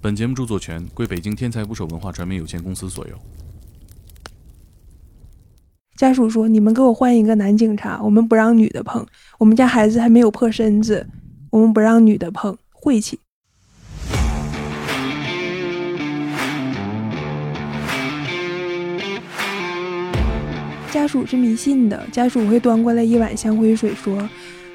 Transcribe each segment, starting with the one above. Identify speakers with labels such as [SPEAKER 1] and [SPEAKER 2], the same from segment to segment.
[SPEAKER 1] 本节目著作权归北京天才捕手文化传媒有限公司所有。
[SPEAKER 2] 家属说：“你们给我换一个男警察，我们不让女的碰。我们家孩子还没有破身子，我们不让女的碰，晦气。”家属是迷信的，家属会端过来一碗香灰水，说：“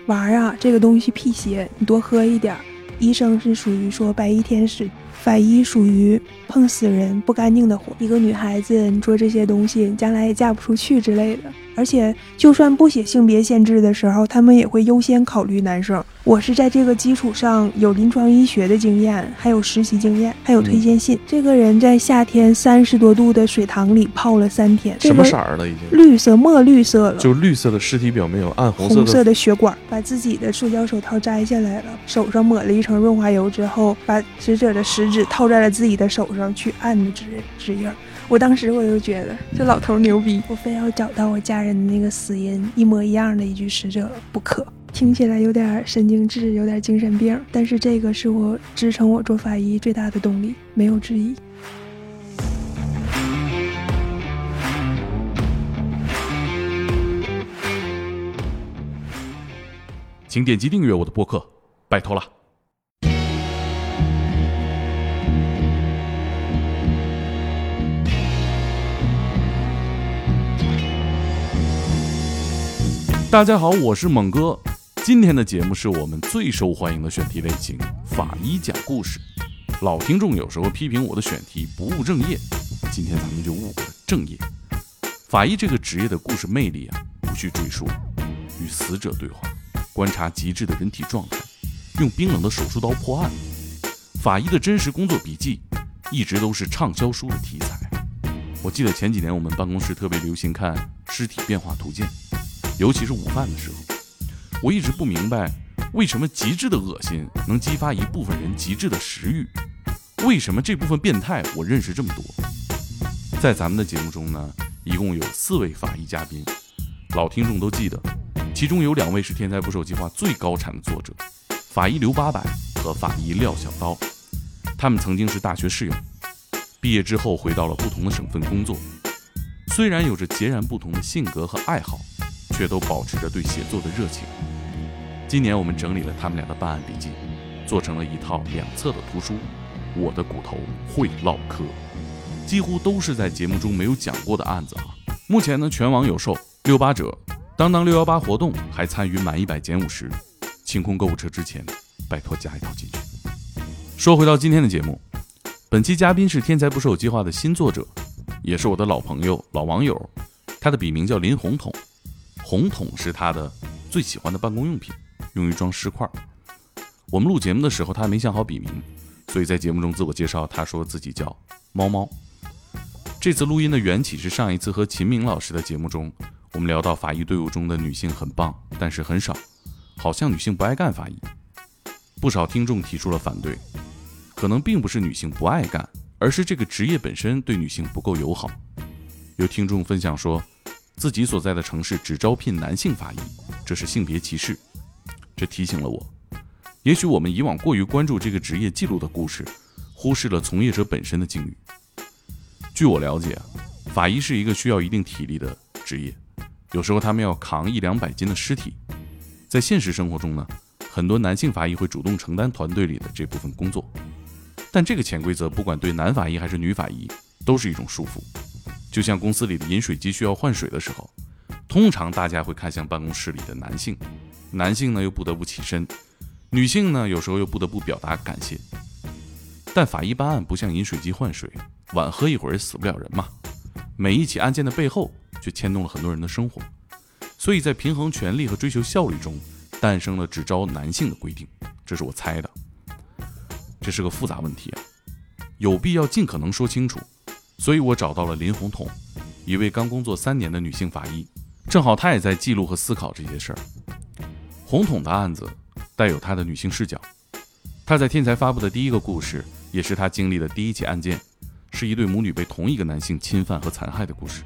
[SPEAKER 2] 娃儿啊，这个东西辟邪，你多喝一点儿。”医生是属于说白衣天使，法医属于碰死人不干净的活。一个女孩子，你说这些东西将来也嫁不出去之类的。而且，就算不写性别限制的时候，他们也会优先考虑男生。我是在这个基础上有临床医学的经验，还有实习经验，还有推荐信。这个人在夏天三十多度的水塘里泡了三天，这
[SPEAKER 1] 什么
[SPEAKER 2] 个
[SPEAKER 1] 色儿啊了已经？
[SPEAKER 2] 绿色墨绿色了，
[SPEAKER 1] 就绿色的尸体表面有暗红色
[SPEAKER 2] 红色
[SPEAKER 1] 的
[SPEAKER 2] 的血管，把自己的塑胶手套摘下来了，手上抹了一层润滑油之后，把死者的食指套在了自己的手上去按的指指印儿。我当时我就觉得这老头儿牛逼，我非要找到我家人的那个死因一模一样的一具死者不可。
[SPEAKER 1] 嗯
[SPEAKER 2] 听起来有点儿神经质，有点儿精神病，但是这个是我支撑我做法医最大的动力，没有之一。
[SPEAKER 1] 请点击订阅我的播客，拜托了。大家好，我是猛哥。今天的节目是我们最受欢迎的选题类型——法医讲故事。老听众有时候批评我的选题不务正业，今天咱们就务个正业。法医这个职业的故事魅力啊，无需赘述。与死者对话，观察极致的人体状态，用冰冷的手术刀破案。法医的真实工作笔记一直都是畅销书的题材。我记得前几年我们办公室特别流行看《尸体变化图鉴》，尤其是午饭的时候，我一直不明白为什么极致的恶心能激发一部分人极致的食欲，为什么这部分变态我认识这么多。在咱们的节目中呢，一共有四位法医嘉宾，老听众都记得，其中有两位是《天才捕手计划》最高产的作者，法医刘八百和法医廖小刀。他们曾经是大学室友，毕业之后回到了不同的省份工作。虽然有着截然不同的性格和爱好，却都保持着对写作的热情。今年我们整理了他们俩的办案笔记，做成了一套两册的图书，《我的骨头会唠嗑》。几乎都是在节目中没有讲过的案子啊。目前呢，全网有售，六八折，当当六幺八活动还参与满一百减五十。清空购物车之前，拜托加一套进去。说回到今天的节目，本期嘉宾是《天才捕手计划》的新作者，也是我的老朋友、老网友，他的笔名叫林红桶，红桶是他的最喜欢的办公用品，用于装尸块。我们录节目的时候，他还没想好笔名，所以在节目中自我介绍，他说自己叫猫猫。这次录音的缘起是上一次和秦明老师的节目中，我们聊到法医队伍中的女性很棒，但是很少，好像女性不爱干法医。不少听众提出了反对，可能并不是女性不爱干，而是这个职业本身对女性不够友好。有听众分享说，自己所在的城市只招聘男性法医，这是性别歧视。这提醒了我，也许我们以往过于关注这个职业记录的故事，忽视了从业者本身的境遇。据我了解啊，法医是一个需要一定体力的职业，有时候他们要扛一两百斤的尸体。在现实生活中呢，很多男性法医会主动承担团队里的这部分工作，但这个潜规则不管对男法医还是女法医，都是一种束缚。就像公司里的饮水机需要换水的时候，通常大家会看向办公室里的男性，男性呢又不得不起身，女性呢有时候又不得不表达感谢。但法医办案不像饮水机换水，晚喝一会儿也死不了人嘛。每一起案件的背后，却牵动了很多人的生活，所以在平衡权力和追求效率中，诞生了只招男性的规定。这是我猜的，这是个复杂问题啊，有必要尽可能说清楚。所以我找到了林红彤，一位刚工作三年的女性法医，正好她也在记录和思考这些事儿。红彤的案子带有她的女性视角，她在天才发布的第一个故事，也是她经历的第一起案件。是一对母女被同一个男性侵犯和残害的故事。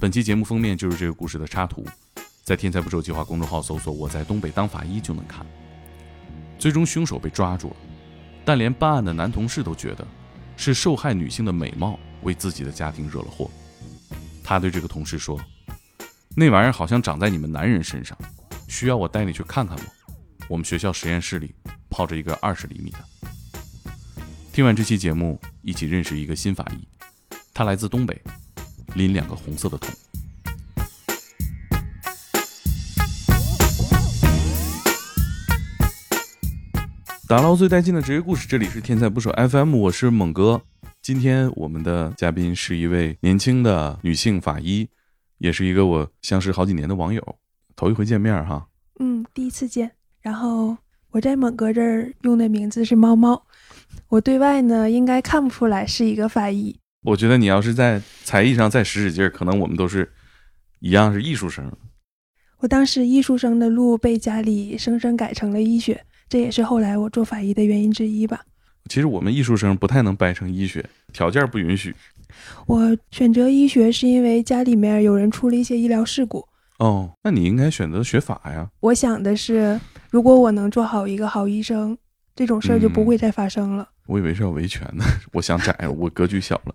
[SPEAKER 1] 本期节目封面就是这个故事的插图，在“天才捕手计划”公众号搜索“我在东北当法医”就能看。最终凶手被抓住了，但连办案的男同事都觉得是受害女性的美貌为自己的家庭惹了祸。他对这个同事说：“那玩意儿好像长在你们男人身上，需要我带你去看看吗？我们学校实验室里泡着一个二十厘米的。”听完这期节目，一起认识一个新法医，他来自东北，拎两个红色的桶。打捞最带劲的职业故事，这里是天才不手 FM，我是猛哥。今天我们的嘉宾是一位年轻的女性法医，也是一个我相识好几年的网友，头一回见面儿哈。
[SPEAKER 2] 嗯，第一次见。然后我在猛哥这儿用的名字是猫猫，我对外呢应该看不出来是一个法医。
[SPEAKER 1] 我觉得你要是在才艺上再使使劲儿，可能我们都是一样是艺术生。
[SPEAKER 2] 我当时艺术生的路被家里生生改成了医学，这也是后来我做法医的原因之一吧。
[SPEAKER 1] 其实我们艺术生不太能掰成医学，条件不允许。
[SPEAKER 2] 我选择医学是因为家里面有人出了一些医疗事故，
[SPEAKER 1] 哦，那你应该选择学法呀。
[SPEAKER 2] 我想的是，如果我能做好一个好医生，这种事儿就不会再发生了。
[SPEAKER 1] 我以为是要维权呢， 我想窄了，我格局小了。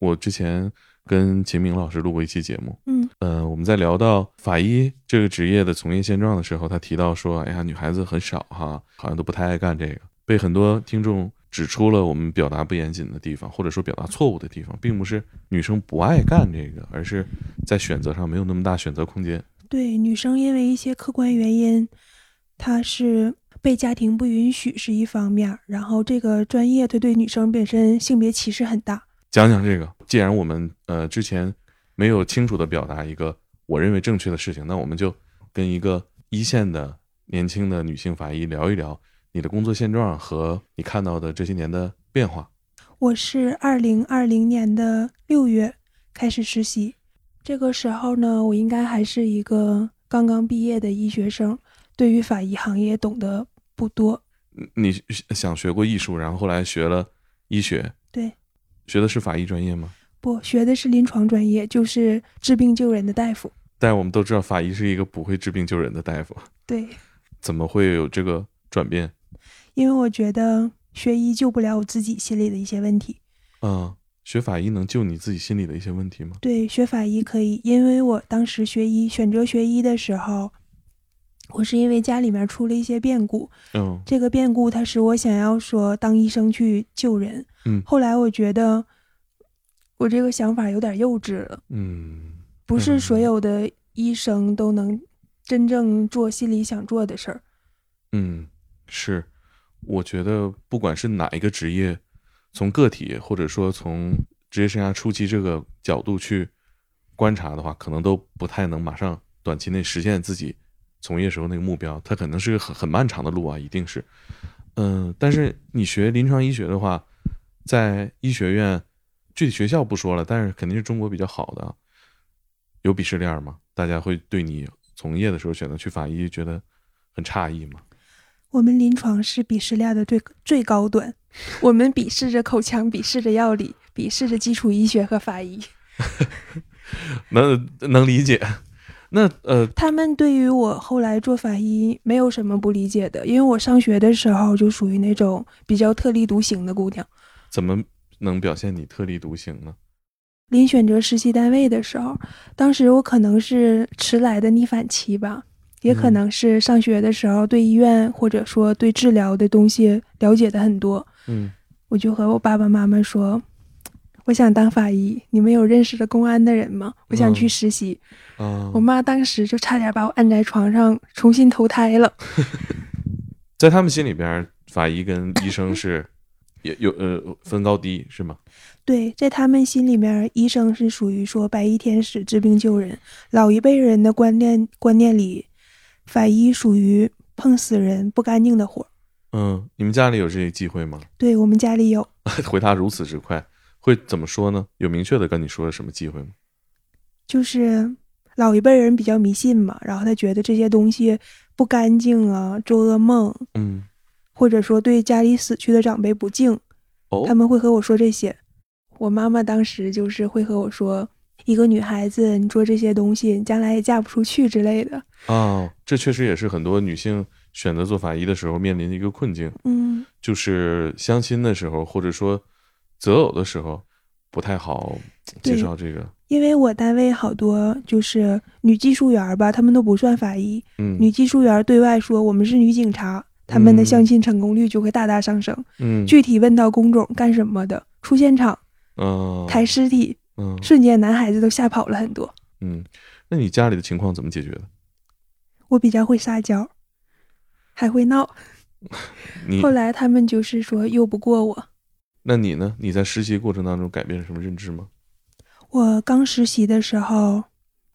[SPEAKER 1] 我之前跟秦明老师录过一期节目，
[SPEAKER 2] 嗯
[SPEAKER 1] 呃，我们在聊到法医这个职业的从业现状的时候，他提到说，哎呀，女孩子很少哈，好像都不太爱干这个，被很多听众指出了我们表达不严谨的地方，或者说表达错误的地方，并不是女生不爱干这个，而是在选择上没有那么大选择空间。
[SPEAKER 2] 对，女生因为一些客观原因，她是被家庭不允许是一方面儿，然后这个专业它对女生本身性别歧视很大。
[SPEAKER 1] 讲讲这个，既然我们呃之前没有清楚的表达一个我认为正确的事情，那我们就跟一个一线的年轻的女性法医聊一聊你的工作现状和你看到的这些年的变化。
[SPEAKER 2] 我是二零二零年的六月开始实习，这个时候呢，我应该还是一个刚刚毕业的医学生，对于法医行业懂得不多。
[SPEAKER 1] 你想学过艺术，然后后来学了医学，
[SPEAKER 2] 对，
[SPEAKER 1] 学的是法医专业吗？
[SPEAKER 2] 不学的是临床专业，就是治病救人的大夫。
[SPEAKER 1] 但我们都知道，法医是一个不会治病救人的大夫，
[SPEAKER 2] 对，
[SPEAKER 1] 怎么会有这个转变？
[SPEAKER 2] 因为我觉得学医救不了我自己心里的一些问题。
[SPEAKER 1] 嗯，学法医能救你自己心里的一些问题吗？
[SPEAKER 2] 对，学法医可以，因为我当时学医选择学医的时候，我是因为家里面出了一些变故，
[SPEAKER 1] 嗯，
[SPEAKER 2] 这个变故它使我想要说当医生去救人。
[SPEAKER 1] 嗯
[SPEAKER 2] 后来我觉得我这个想法有点幼稚了，
[SPEAKER 1] 嗯，
[SPEAKER 2] 不是所
[SPEAKER 1] 嗯
[SPEAKER 2] 有的医生都能真正做心里想做的事儿。
[SPEAKER 1] 嗯，是，我觉得不管是哪一个职业，从个体或者说从职业生涯初期这个角度去观察的话，可能都不太能马上短期内实现自己从业时候那个目标，它可能是个很很漫长的路啊，一定是。嗯、但是你学临床医学的话，在医学院，具体学校不说了，但是肯定是中国比较好的啊，有鄙视链儿吗？大家会对你从业的时候选择去法医觉得很诧异吗？
[SPEAKER 2] 我们临床是鄙视链的最最高端，我们鄙视着口腔，鄙视着药理，鄙视着基础医学和法医。
[SPEAKER 1] 能 能理解。那呃，
[SPEAKER 2] 他们对于我后来做法医没有什么不理解的，因为我上学的时候就属于那种比较特立独行的姑娘。
[SPEAKER 1] 怎么能表现你特立独行呢？
[SPEAKER 2] 临选择实习单位的时候，当时我可能是迟来的逆反期吧，也可
[SPEAKER 1] 嗯
[SPEAKER 2] 能是上学的时候对医院或者说对治疗的东西了解的很多，
[SPEAKER 1] 嗯，
[SPEAKER 2] 我就和我爸爸妈妈说，我想当法医，你们有认识的公安的人吗？我想去实习。
[SPEAKER 1] 啊、
[SPEAKER 2] 我妈当时就差点把我按在床上重新投胎了。
[SPEAKER 1] 在他们心里边儿，法医跟医生是也有呃分高低是吗？
[SPEAKER 2] 对，在他们心里面，医生是属于说白衣天使治病救人。老一辈人的观念观念里，法医属于碰死人不干净的活儿。
[SPEAKER 1] 嗯，你们家里有这些忌讳吗？
[SPEAKER 2] 对我们家里有，
[SPEAKER 1] 回答如此之快，会怎么说呢？有明确的跟你说什么忌讳吗？
[SPEAKER 2] 就是老一辈人比较迷信嘛，然后他觉得这些东西不干净啊，做噩梦，
[SPEAKER 1] 嗯，
[SPEAKER 2] 或者说对家里死去的长辈不敬，
[SPEAKER 1] 哦
[SPEAKER 2] 他，们会和我说这些。我妈妈当时就是会和我说，一个女孩子你做这些东西，你将来也嫁不出去之类的。
[SPEAKER 1] 哦，这确实也是很多女性选择做法医的时候面临的一个困境，
[SPEAKER 2] 嗯
[SPEAKER 1] 就是相亲的时候或者说择偶的时候不太好介
[SPEAKER 2] 对
[SPEAKER 1] 绍这个，
[SPEAKER 2] 因为我单位好多就是女技术员儿吧，她们都不算法医，
[SPEAKER 1] 嗯
[SPEAKER 2] 女技术员儿对外说我们是女警察，她们的
[SPEAKER 1] 嗯
[SPEAKER 2] 相亲成功率就会大大上升。
[SPEAKER 1] 嗯，
[SPEAKER 2] 具体问到工种干什么的，出现场
[SPEAKER 1] 嗯
[SPEAKER 2] 抬尸体，
[SPEAKER 1] 嗯
[SPEAKER 2] 瞬间男孩子都吓跑了很多。
[SPEAKER 1] 嗯，那你家里的情况怎么解决的？
[SPEAKER 2] 我比较会撒娇，还会闹。
[SPEAKER 1] 你
[SPEAKER 2] 后来他们就是说拗不过我。
[SPEAKER 1] 那你呢？你在实习过程当中改变了什么认知吗？
[SPEAKER 2] 我刚实习的时候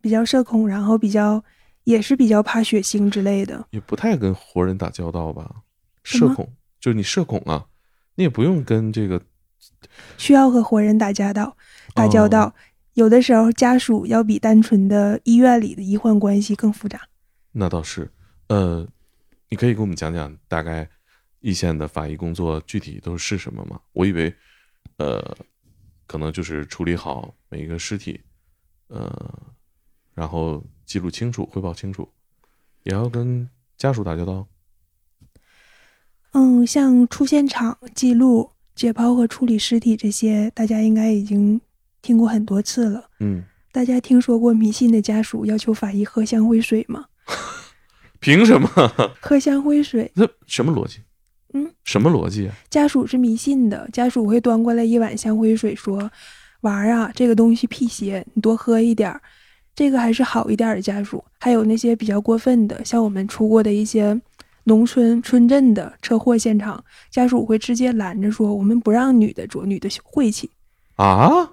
[SPEAKER 2] 比较社恐，然后比较也是比较怕血腥之类的。
[SPEAKER 1] 也不太跟活人打交道吧，
[SPEAKER 2] 什
[SPEAKER 1] 社
[SPEAKER 2] 么
[SPEAKER 1] 恐，就是你社恐啊，你也不用跟这个
[SPEAKER 2] 需要和活人打交道，打交道。
[SPEAKER 1] 哦
[SPEAKER 2] 有的时候家属要比单纯的医院里的医患关系更复杂。
[SPEAKER 1] 那倒是，呃，你可以给我们讲讲大概一线的法医工作具体都是什么吗？我以为，呃，可能就是处理好每一个尸体，呃，然后记录清楚、汇报清楚，也要跟家属打交道。
[SPEAKER 2] 嗯，像出现场记录、解剖和处理尸体这些，大家应该已经听过很多次了。
[SPEAKER 1] 嗯，
[SPEAKER 2] 大家听说过迷信的家属要求法医喝香灰水吗？
[SPEAKER 1] 凭什么？
[SPEAKER 2] 喝香灰水，
[SPEAKER 1] 那什么逻辑？
[SPEAKER 2] 嗯，
[SPEAKER 1] 什么逻辑啊？
[SPEAKER 2] 家属是迷信的，家属会端过来一碗香灰水，说：“娃儿啊，这个东西辟邪，你多喝一点儿。”这个还是好一点儿的家属，还有那些比较过分的，像我们出过的一些农村村镇的车祸现场，家属会直接拦着说：“我们不让女的着，女的晦气。”
[SPEAKER 1] 啊？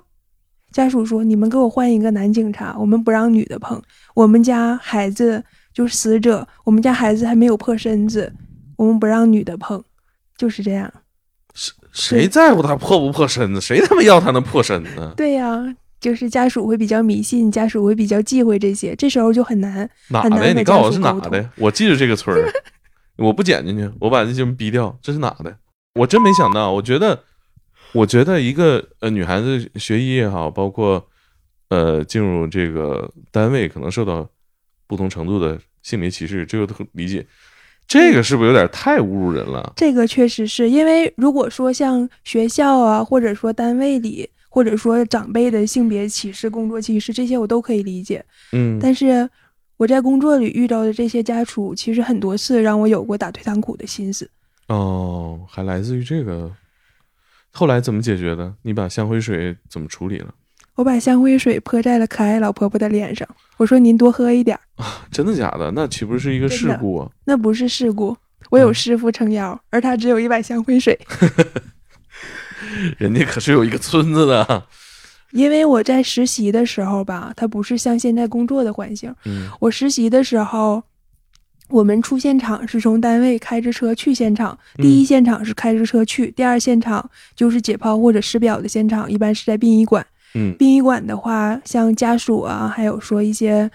[SPEAKER 2] 家属说：“你们给我换一个男警察，我们不让女的碰。我们家孩子就是死者，我们家孩子还没有破身子，我们不让女的碰。”就是这样。
[SPEAKER 1] 谁在乎他破不破身子？谁他妈要他那破身子？
[SPEAKER 2] 对呀、就是家属会比较迷信，家属会比较忌讳这些，这时候就很难。
[SPEAKER 1] 哪
[SPEAKER 2] 很难
[SPEAKER 1] 的呀？
[SPEAKER 2] 和
[SPEAKER 1] 你
[SPEAKER 2] 家
[SPEAKER 1] 告诉我
[SPEAKER 2] 属
[SPEAKER 1] 是哪
[SPEAKER 2] 沟通
[SPEAKER 1] 的呀？我记着这个村 儿，我不剪进去，我把这些人逼掉。这是哪的？我真没想到。我觉得，我觉得一个呃女孩子学医也好，包括呃进入这个单位，可能受到不同程度的性别歧视，这个都很理解。这个是不是有点太侮辱人了？
[SPEAKER 2] 这个确实是因为，如果说像学校啊，或者说单位里，或者说长辈的性别歧视、工作歧视，这些我都可以理解。
[SPEAKER 1] 嗯，
[SPEAKER 2] 但是我在工作里遇到的这些家属，其实很多次让我有过打退堂鼓的心思。
[SPEAKER 1] 哦，还来自于这个。后来怎么解决的？你把香灰水怎么处理了？
[SPEAKER 2] 我把香灰水泼在了可爱老婆婆的脸上，我说：“您多喝一点儿，
[SPEAKER 1] 真的假的？那岂不是一个
[SPEAKER 2] 真
[SPEAKER 1] 事
[SPEAKER 2] 的
[SPEAKER 1] 故啊？
[SPEAKER 2] 那不是事故。我有
[SPEAKER 1] 嗯
[SPEAKER 2] 师傅撑腰，而他只有一把香灰水。
[SPEAKER 1] 人家可是有一个村子的。
[SPEAKER 2] 因为我在实习的时候吧，它不是像现在工作的环境。
[SPEAKER 1] 嗯
[SPEAKER 2] 我实习的时候，我们出现场是从单位开着车去现场，
[SPEAKER 1] 嗯
[SPEAKER 2] 第一现场是开着车去，第二现场就是解剖或者尸表的现场，一般是在殡仪馆。
[SPEAKER 1] 嗯
[SPEAKER 2] 殡仪馆的话，像家属啊，还有说一些，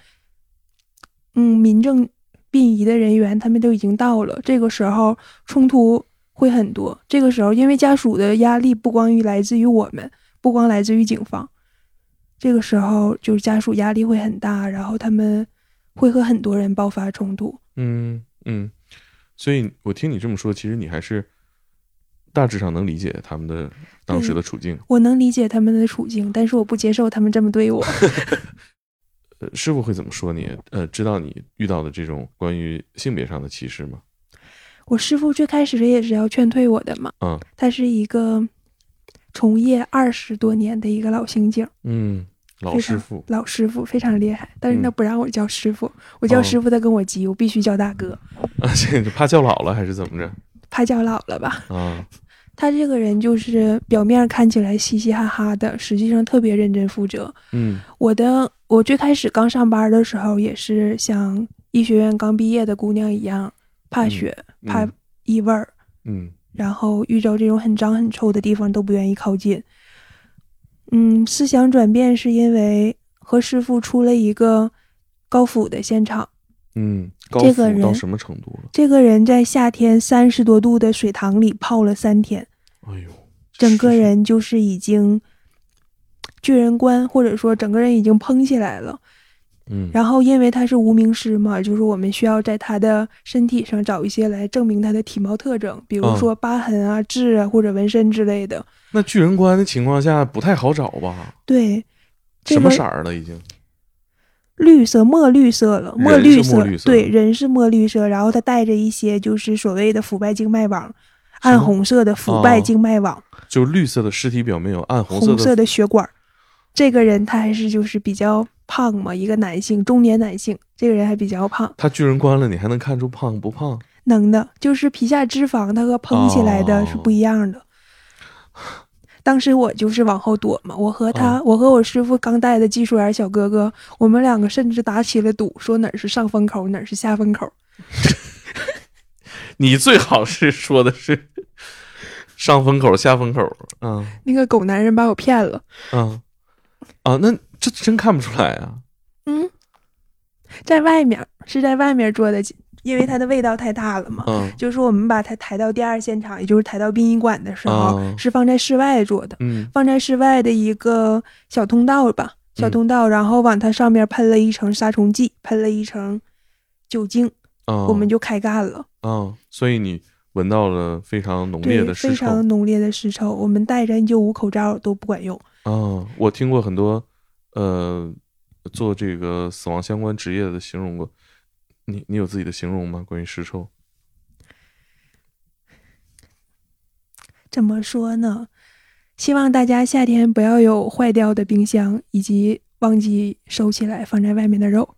[SPEAKER 2] 嗯，民政殡仪的人员，他们都已经到了。这个时候冲突会很多。这个时候，因为家属的压力不光于来自于我们，不光来自于警方，这个时候就是家属压力会很大，然后他们会和很多人爆发冲突。
[SPEAKER 1] 嗯嗯，所以我听你这么说，其实你还是大致上能理解他们的当时的处境。
[SPEAKER 2] 我能理解他们的处境，但是我不接受他们这么对我。
[SPEAKER 1] 呃，师傅会怎么说你？呃，知道你遇到的这种关于性别上的歧视吗？
[SPEAKER 2] 我师傅最开始也是要劝退我的嘛，
[SPEAKER 1] 啊，
[SPEAKER 2] 他是一个从业二十多年的一个老刑警，
[SPEAKER 1] 嗯，老
[SPEAKER 2] 非
[SPEAKER 1] 师
[SPEAKER 2] 常
[SPEAKER 1] 傅，
[SPEAKER 2] 老师傅非常厉害，但是他
[SPEAKER 1] 嗯
[SPEAKER 2] 不让我叫师傅，我叫
[SPEAKER 1] 哦
[SPEAKER 2] 师傅他跟我急，我必须叫大哥，
[SPEAKER 1] 啊， 这个怕叫老了还是怎么着
[SPEAKER 2] 怕叫老了吧？
[SPEAKER 1] 啊？
[SPEAKER 2] 他这个人就是表面看起来嘻嘻哈哈的，实际上特别认真负责。
[SPEAKER 1] 嗯
[SPEAKER 2] 我的我最开始刚上班的时候，也是像医学院刚毕业的姑娘一样，怕
[SPEAKER 1] 嗯
[SPEAKER 2] 血、怕
[SPEAKER 1] 嗯
[SPEAKER 2] 异味儿，
[SPEAKER 1] 嗯
[SPEAKER 2] 然后遇到这种很脏很臭的地方都不愿意靠近。嗯，思想转变是因为和师傅出了一个高腐的现场，
[SPEAKER 1] 嗯，高
[SPEAKER 2] 这
[SPEAKER 1] 复
[SPEAKER 2] 个
[SPEAKER 1] 到
[SPEAKER 2] 人
[SPEAKER 1] 什么程度了？
[SPEAKER 2] 这个人在夏天三十多度的水塘里泡了三天，
[SPEAKER 1] 哎呦，这
[SPEAKER 2] 整个
[SPEAKER 1] 是
[SPEAKER 2] 人就是已经巨人观，或者说整个人已经膨起来了。
[SPEAKER 1] 嗯
[SPEAKER 2] 然后因为他是无名尸嘛，就是我们需要在他的身体上找一些来证明他的体貌特征，比如
[SPEAKER 1] 嗯
[SPEAKER 2] 说疤痕啊、痣啊或者纹身之类的。
[SPEAKER 1] 那巨人观的情况下不太好找吧？
[SPEAKER 2] 对，这
[SPEAKER 1] 什么
[SPEAKER 2] 个
[SPEAKER 1] 色儿了已经？
[SPEAKER 2] 绿色墨绿色了，墨
[SPEAKER 1] 人是
[SPEAKER 2] 绿
[SPEAKER 1] 墨
[SPEAKER 2] 色，
[SPEAKER 1] 绿色
[SPEAKER 2] 对，人是墨绿色，然后它带着一些就是所谓的腐败静脉网，暗
[SPEAKER 1] 么
[SPEAKER 2] 红色的腐败
[SPEAKER 1] 哦
[SPEAKER 2] 静脉网，
[SPEAKER 1] 就绿色的尸体表面有暗哦红色
[SPEAKER 2] 红
[SPEAKER 1] 的，
[SPEAKER 2] 色的血管儿。这个人他还是就是比较胖嘛，一个男性，中年男性，这个人还比较胖，
[SPEAKER 1] 他巨人观了，你还能看出胖不胖？
[SPEAKER 2] 能的，就是皮下脂肪它和嘭起来
[SPEAKER 1] 哦
[SPEAKER 2] 的是不一样的。当时我就是往后躲嘛，我和
[SPEAKER 1] 嗯
[SPEAKER 2] 他，我和我师傅刚带的技术员小哥哥，我们两个甚至打起了赌，说哪儿是上风口，哪儿是下风口。
[SPEAKER 1] 你最好是说的是上风口下风口，嗯
[SPEAKER 2] 那个狗男人把我骗了。
[SPEAKER 1] 嗯啊，那这真看不出来啊。
[SPEAKER 2] 嗯，在外面是在外面做的，因为它的味道太大了嘛。
[SPEAKER 1] 嗯
[SPEAKER 2] 就是我们把它抬到第二现场，也就是抬到殡仪馆的时候，
[SPEAKER 1] 嗯
[SPEAKER 2] 是放在室外做的，
[SPEAKER 1] 嗯
[SPEAKER 2] 放在室外的一个小通道吧，小通道，然后往它上面喷了一层杀虫剂，喷了一层酒精，
[SPEAKER 1] 啊，
[SPEAKER 2] 我们就开干了。
[SPEAKER 1] 啊，所以你闻到了非常浓烈
[SPEAKER 2] 对，
[SPEAKER 1] 的尸
[SPEAKER 2] 非
[SPEAKER 1] 臭
[SPEAKER 2] 常浓烈的尸臭，我们戴着 N 9 5口罩都不管用。
[SPEAKER 1] 啊。我听过很多呃做这个死亡相关职业的形容过，你你有自己的形容吗？关于尸臭？
[SPEAKER 2] 怎么说呢？希望大家夏天不要有坏掉的冰箱，以及忘记收起来放在外面的肉。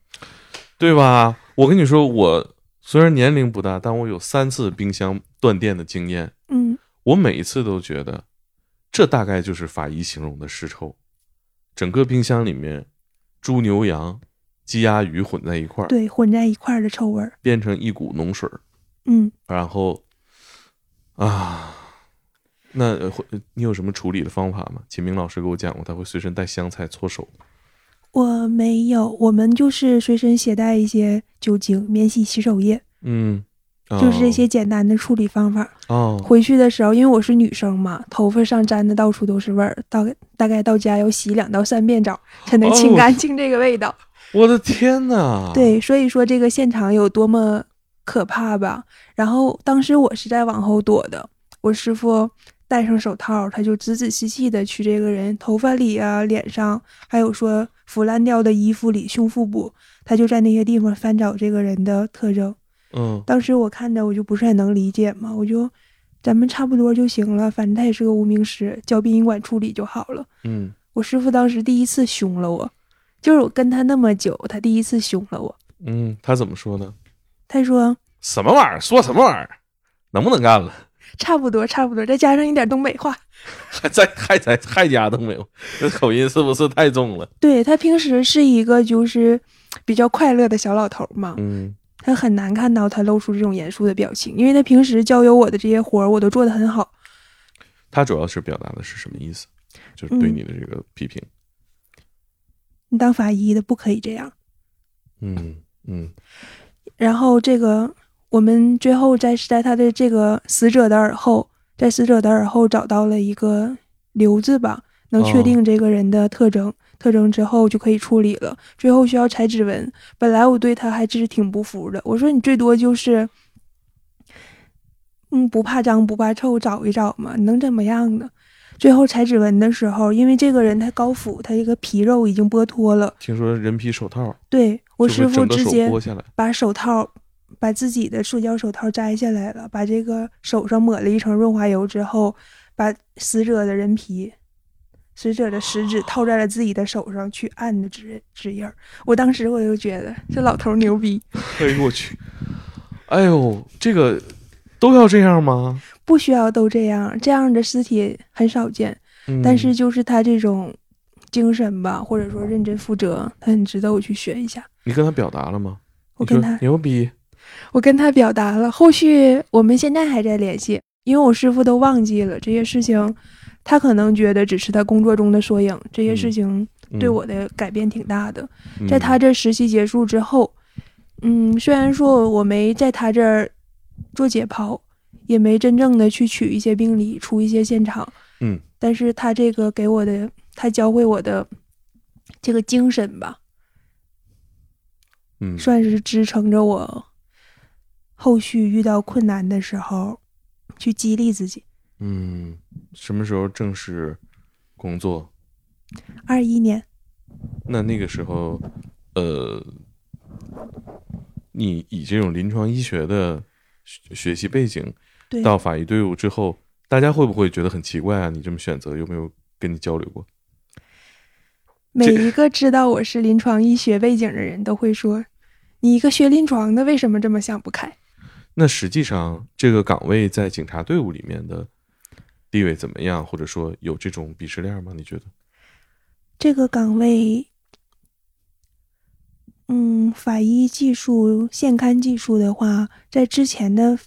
[SPEAKER 1] 对吧？我跟你说，我虽然年龄不大，但我有三次冰箱断电的经验。
[SPEAKER 2] 嗯，
[SPEAKER 1] 我每一次都觉得，这大概就是法医形容的尸臭。整个冰箱里面，猪、牛、羊、鸡、鸭、鱼混在一块儿，
[SPEAKER 2] 对，混在一块儿的臭味儿。
[SPEAKER 1] 变成一股浓水儿。
[SPEAKER 2] 嗯，
[SPEAKER 1] 然后，啊，那呃会你有什么处理的方法吗？秦明老师给我讲过，他会随身带香菜搓手。
[SPEAKER 2] 我没有，我们就是随身携带一些酒精、免洗洗手液，
[SPEAKER 1] 嗯，哦
[SPEAKER 2] 就是这些简单的处理方法。
[SPEAKER 1] 哦。
[SPEAKER 2] 回去的时候，因为我是女生嘛，头发上沾的到处都是味儿，到大概到家要洗两到三遍澡，才能清
[SPEAKER 1] 哦
[SPEAKER 2] 干净这个味道。
[SPEAKER 1] 我的天呐！，
[SPEAKER 2] 对，所以说这个现场有多么可怕吧。然后当时我是在往后躲的，我师傅戴上手套，他就仔仔细细的去这个人头发里啊、脸上，还有说腐烂掉的衣服里、胸腹部，他就在那些地方翻找这个人的特征。
[SPEAKER 1] 嗯
[SPEAKER 2] 当时我看着我就不是很能理解嘛，我就咱们差不多就行了，反正他也是个无名尸，交殡仪馆处理就好了。
[SPEAKER 1] 嗯，
[SPEAKER 2] 我师傅当时第一次凶了我，就是我跟他那么久，他第一次凶了我。
[SPEAKER 1] 嗯，他怎么说呢？
[SPEAKER 2] 他说
[SPEAKER 1] 什么玩意儿？说什么玩意儿？能不能干了？
[SPEAKER 2] 差不多，差不多，再加上一点东北话。
[SPEAKER 1] 还在还在还加东北话，这口音是不是太重了？
[SPEAKER 2] 对她平时是一个就是比较快乐的小老头嘛，
[SPEAKER 1] 嗯
[SPEAKER 2] 她很难看到她露出这种严肃的表情，因为她平时交由我的这些活儿我都做得很好。，
[SPEAKER 1] 他主要是表达的是什么意思？就是
[SPEAKER 2] 嗯
[SPEAKER 1] 对你的这个批评。
[SPEAKER 2] 你当法医的不可以这样。
[SPEAKER 1] 嗯嗯
[SPEAKER 2] 然后这个我们最后在是在她的这个死者的耳后，在死者的耳后找到了一个瘤子吧，能确
[SPEAKER 1] 哦
[SPEAKER 2] 定这个人的特征。特征之后就可以处理了，最后需要采指纹。本来我对他还真是挺不服的，我说你最多就是，嗯，不怕脏不怕臭，找一找嘛，能怎么样呢？最后采指纹的时候，因为这个人他高腐，他这个皮肉已经剥脱了，
[SPEAKER 1] 听说人皮手套，
[SPEAKER 2] 对我
[SPEAKER 1] 就
[SPEAKER 2] 师
[SPEAKER 1] 会
[SPEAKER 2] 傅
[SPEAKER 1] 整个
[SPEAKER 2] 直
[SPEAKER 1] 手
[SPEAKER 2] 接
[SPEAKER 1] 剥下来。
[SPEAKER 2] 把手套，把自己的塑胶手套摘下来了，把这个手上抹了一层润滑油之后，把死者的人皮，死者的食指套在了自己的手上去按的指指印儿。我当时我就觉得这老头儿牛逼，
[SPEAKER 1] 哎呦我 去！哎呦，这个都要这样吗？
[SPEAKER 2] 不需要都这样，这样的尸体很少见，
[SPEAKER 1] 嗯、
[SPEAKER 2] 但是就是他这种精神吧，或者说认真负责，他很值得我去学一下。
[SPEAKER 1] 你跟他表达了吗？
[SPEAKER 2] 我
[SPEAKER 1] 你说
[SPEAKER 2] 跟他
[SPEAKER 1] 牛逼，
[SPEAKER 2] 我跟他表达了，后续我们现在还在联系，因为我师傅都忘记了这些事情，他可能觉得只是他工作中的缩影，这些事情
[SPEAKER 1] 嗯
[SPEAKER 2] 对我的改变挺大的。
[SPEAKER 1] 嗯
[SPEAKER 2] 在他这实习结束之后，嗯，虽然说我没在他这儿做解剖，也没真正的去取一些病理、出一些现场，
[SPEAKER 1] 嗯，
[SPEAKER 2] 但是他这个给我的，他教会我的这个精神吧，
[SPEAKER 1] 嗯，
[SPEAKER 2] 算是支撑着我后续遇到困难的时候去激励自己。
[SPEAKER 1] 嗯，什么时候正式工作？
[SPEAKER 2] 二一年，
[SPEAKER 1] 那那个时候，呃，你以这种临床医学的学学习背景
[SPEAKER 2] 对，
[SPEAKER 1] 到法医队伍之后，大家会不会觉得很奇怪啊？你这么选择，有没有跟你交流过？
[SPEAKER 2] 每
[SPEAKER 1] 这
[SPEAKER 2] 一个知道我是临床医学背景的人都会说：“你一个学临床的，为什么这么想不开
[SPEAKER 1] 那实际上，这个岗位在警察队伍里面的地位怎么样？或者说有这种鄙视链吗？你觉得？？”
[SPEAKER 2] 这个岗位，嗯，法医技术、现勘技术的话，在之前的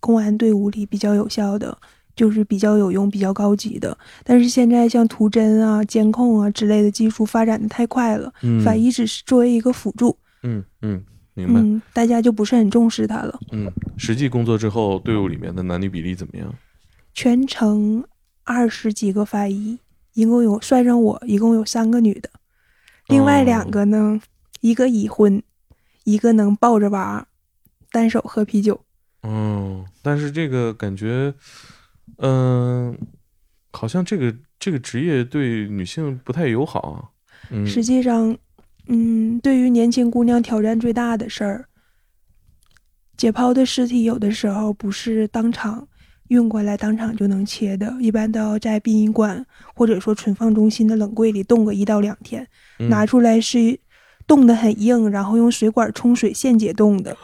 [SPEAKER 2] 公安队伍里比较有效的，就是比较有用、比较高级的。但是现在像图侦啊、监控啊之类的技术发展的太快了，
[SPEAKER 1] 嗯
[SPEAKER 2] 法医只是作为一个辅助，
[SPEAKER 1] 嗯嗯，明白。
[SPEAKER 2] 嗯，大家就不是很重视它了。
[SPEAKER 1] 嗯，实际工作之后，队伍里面的男女比例怎么样？
[SPEAKER 2] 全程二十几个法医，一共有算上我，一共有三个女的，另外两个
[SPEAKER 1] 哦
[SPEAKER 2] 呢，一个已婚，一个能抱着娃儿，单手喝啤酒。
[SPEAKER 1] 哦，但是这个感觉，嗯、好像这个这个职业对女性不太友好啊。嗯，
[SPEAKER 2] 实际上，嗯，对于年轻姑娘挑战最大的事儿，解剖的尸体有的时候不是当场运过来当场就能切的，一般都要在殡仪馆或者说存放中心的冷柜里冻个一到两天。
[SPEAKER 1] 嗯
[SPEAKER 2] 拿出来是冻得很硬，然后用水管冲水现解冻
[SPEAKER 1] 哦
[SPEAKER 2] 的。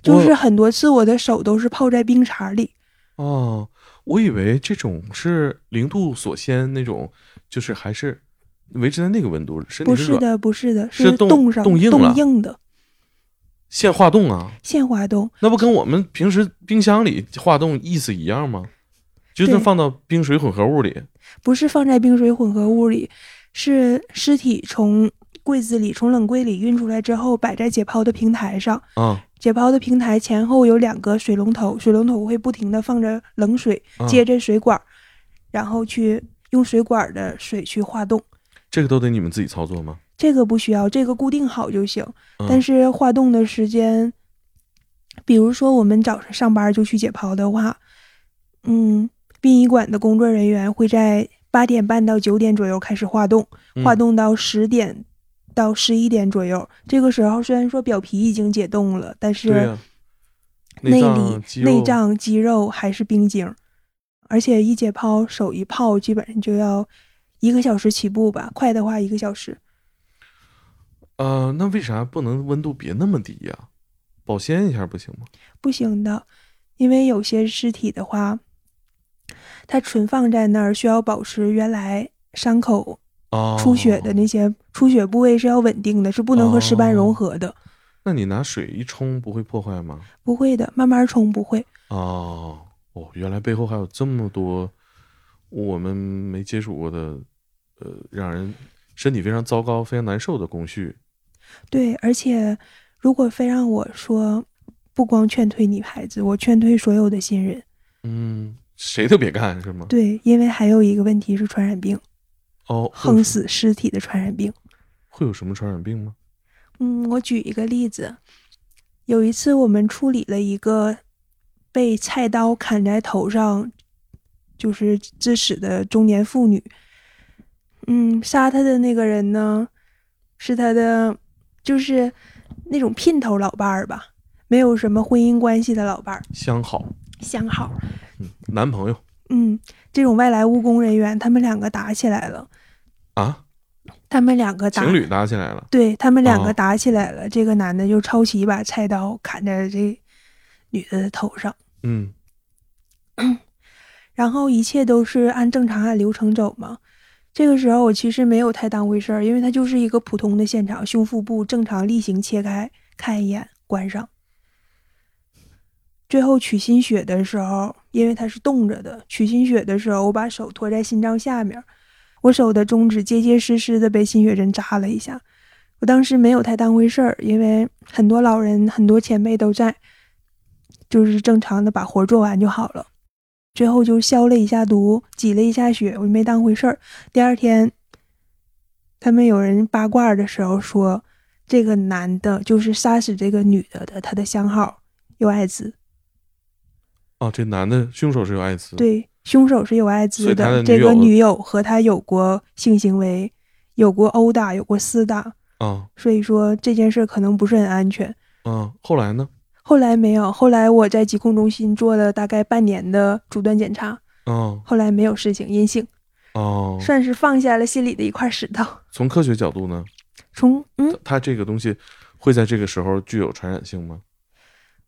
[SPEAKER 2] 就是很多次我的手都是泡在冰碴里，
[SPEAKER 1] 哦，我以为这种是零度锁鲜那种，就是还是维持在那个温度，身体
[SPEAKER 2] 不
[SPEAKER 1] 是
[SPEAKER 2] 是
[SPEAKER 1] 软
[SPEAKER 2] 的，不是的，
[SPEAKER 1] 是冻
[SPEAKER 2] 冻上
[SPEAKER 1] 冻硬了
[SPEAKER 2] 的
[SPEAKER 1] 现化冻啊，
[SPEAKER 2] 现化冻。
[SPEAKER 1] 那不跟我们平时冰箱里化冻意思一样吗？就是
[SPEAKER 2] 对
[SPEAKER 1] 放到冰水混合物里。
[SPEAKER 2] 不是放在冰水混合物里，是尸体从柜子里、从冷柜里运出来之后，摆在解剖的平台上。
[SPEAKER 1] 啊，
[SPEAKER 2] 解剖的平台前后有两个水龙头，水龙头会不停地放着冷水，
[SPEAKER 1] 啊
[SPEAKER 2] 接着水管，然后去用水管的水去化冻。
[SPEAKER 1] 这个都得你们自己操作吗？
[SPEAKER 2] 这个不需要，这个固定好就行。
[SPEAKER 1] 嗯
[SPEAKER 2] 但是化冻的时间，比如说我们早上上班就去解剖的话，嗯，殡仪馆的工作人员会在八点半到九点左右开始化冻，化
[SPEAKER 1] 嗯
[SPEAKER 2] 冻到十点到十一点左右。这个时候虽然说表皮已经解冻了，但
[SPEAKER 1] 对
[SPEAKER 2] 是
[SPEAKER 1] 呀，
[SPEAKER 2] 内
[SPEAKER 1] 内
[SPEAKER 2] 里、
[SPEAKER 1] 脏肌
[SPEAKER 2] 内
[SPEAKER 1] 肉
[SPEAKER 2] 脏、肌肉还是冰晶，而且一解剖手一泡，基本上就要一个小时起步吧，快的话一个小时。
[SPEAKER 1] 呃，那为啥不能温度别那么低呀、保鲜一下不行吗？
[SPEAKER 2] 不行的，因为有些尸体的话，它存放在那儿需要保持原来伤口
[SPEAKER 1] 哦
[SPEAKER 2] 出血的那些出血部位是要稳定的，是不能和尸斑融合的。
[SPEAKER 1] 那你拿水一冲不会破坏吗？
[SPEAKER 2] 不会的，慢慢冲不会。
[SPEAKER 1] 哦，哦，原来背后还有这么多我们没接触过的，呃，让人身体非常糟糕、非常难受的工序。
[SPEAKER 2] 对，而且如果非让我说，不光劝退女孩子，我劝退所有的新人。
[SPEAKER 1] 嗯，谁都别干是吗？
[SPEAKER 2] 对，因为还有一个问题是传染病，
[SPEAKER 1] 哦，会有
[SPEAKER 2] 横
[SPEAKER 1] 什
[SPEAKER 2] 死尸体的传染病。
[SPEAKER 1] 会有什么传染病吗？
[SPEAKER 2] 嗯，我举一个例子，有一次我们处理了一个被菜刀砍在头上，就是致死的中年妇女。嗯，杀她的那个人呢，是她的，就是那种姘头老伴儿吧，没有什么婚姻关系的老伴儿，
[SPEAKER 1] 相好，
[SPEAKER 2] 相好。
[SPEAKER 1] 嗯，男朋友
[SPEAKER 2] 嗯，这种外来务工人员，他们两个打起来了，
[SPEAKER 1] 啊，
[SPEAKER 2] 他们两个打
[SPEAKER 1] 情侣打起来了。
[SPEAKER 2] 对他们两
[SPEAKER 1] 哦
[SPEAKER 2] 个打起来了，这个男的就抄起一把菜刀砍在这女的的头上，
[SPEAKER 1] 嗯
[SPEAKER 2] 然后一切都是按正常按流程走嘛。这个时候我其实没有太当回事儿，因为它就是一个普通的现场，胸腹部正常例行切开，看一眼，关上。最后取心血的时候，因为它是冻着的，取心血的时候，我把手托在心脏下面，我手的中指结结实实的被心血针扎了一下。我当时没有太当回事儿，因为很多老人、很多前辈都在，就是正常的把活儿做完就好了。最后就消了一下毒，挤了一下血，我就没当回事儿。第二天，他们有人八卦的时候说，这个男的就是杀死这个女的的他的相好有艾滋，
[SPEAKER 1] 哦，这男的凶手是有艾滋，，
[SPEAKER 2] 对，凶手是有艾
[SPEAKER 1] 所
[SPEAKER 2] 滋
[SPEAKER 1] 以他的
[SPEAKER 2] 的，
[SPEAKER 1] 女
[SPEAKER 2] 这个
[SPEAKER 1] 友
[SPEAKER 2] 女友和他有过性行为，有过殴打，有过厮打，
[SPEAKER 1] 啊
[SPEAKER 2] 所以说这件事可能不是很安全。
[SPEAKER 1] 啊，后来呢？
[SPEAKER 2] 后来没有，后来我在疾控中心做了大概半年的阻断检查，
[SPEAKER 1] 哦
[SPEAKER 2] 后来没有事情，阴性，
[SPEAKER 1] 哦，
[SPEAKER 2] 算是放下了心里的一块石头。
[SPEAKER 1] 从科学角度呢，
[SPEAKER 2] 从嗯
[SPEAKER 1] 它这个东西会在这个时候具有传染性吗？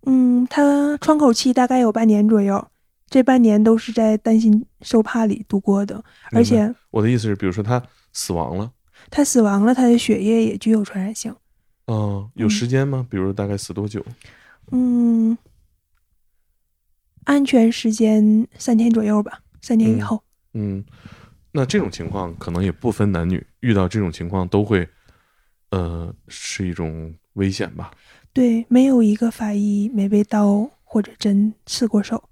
[SPEAKER 2] 嗯，他窗口期大概有半年左右，这半年都是在担心受怕里度过的，而
[SPEAKER 1] 明白
[SPEAKER 2] 且
[SPEAKER 1] 我的意思是，比如说他死亡了，
[SPEAKER 2] 他死亡了，他的血液也具有传染性。
[SPEAKER 1] 嗯、有时间吗？比如大概死多久？
[SPEAKER 2] 嗯，安全时间三天左右吧，三天以
[SPEAKER 1] 嗯
[SPEAKER 2] 后。
[SPEAKER 1] 嗯，那这种情况可能也不分男女，遇到这种情况都会，呃，是一种危险吧？
[SPEAKER 2] 对，没有一个法医没被刀或者针刺过手，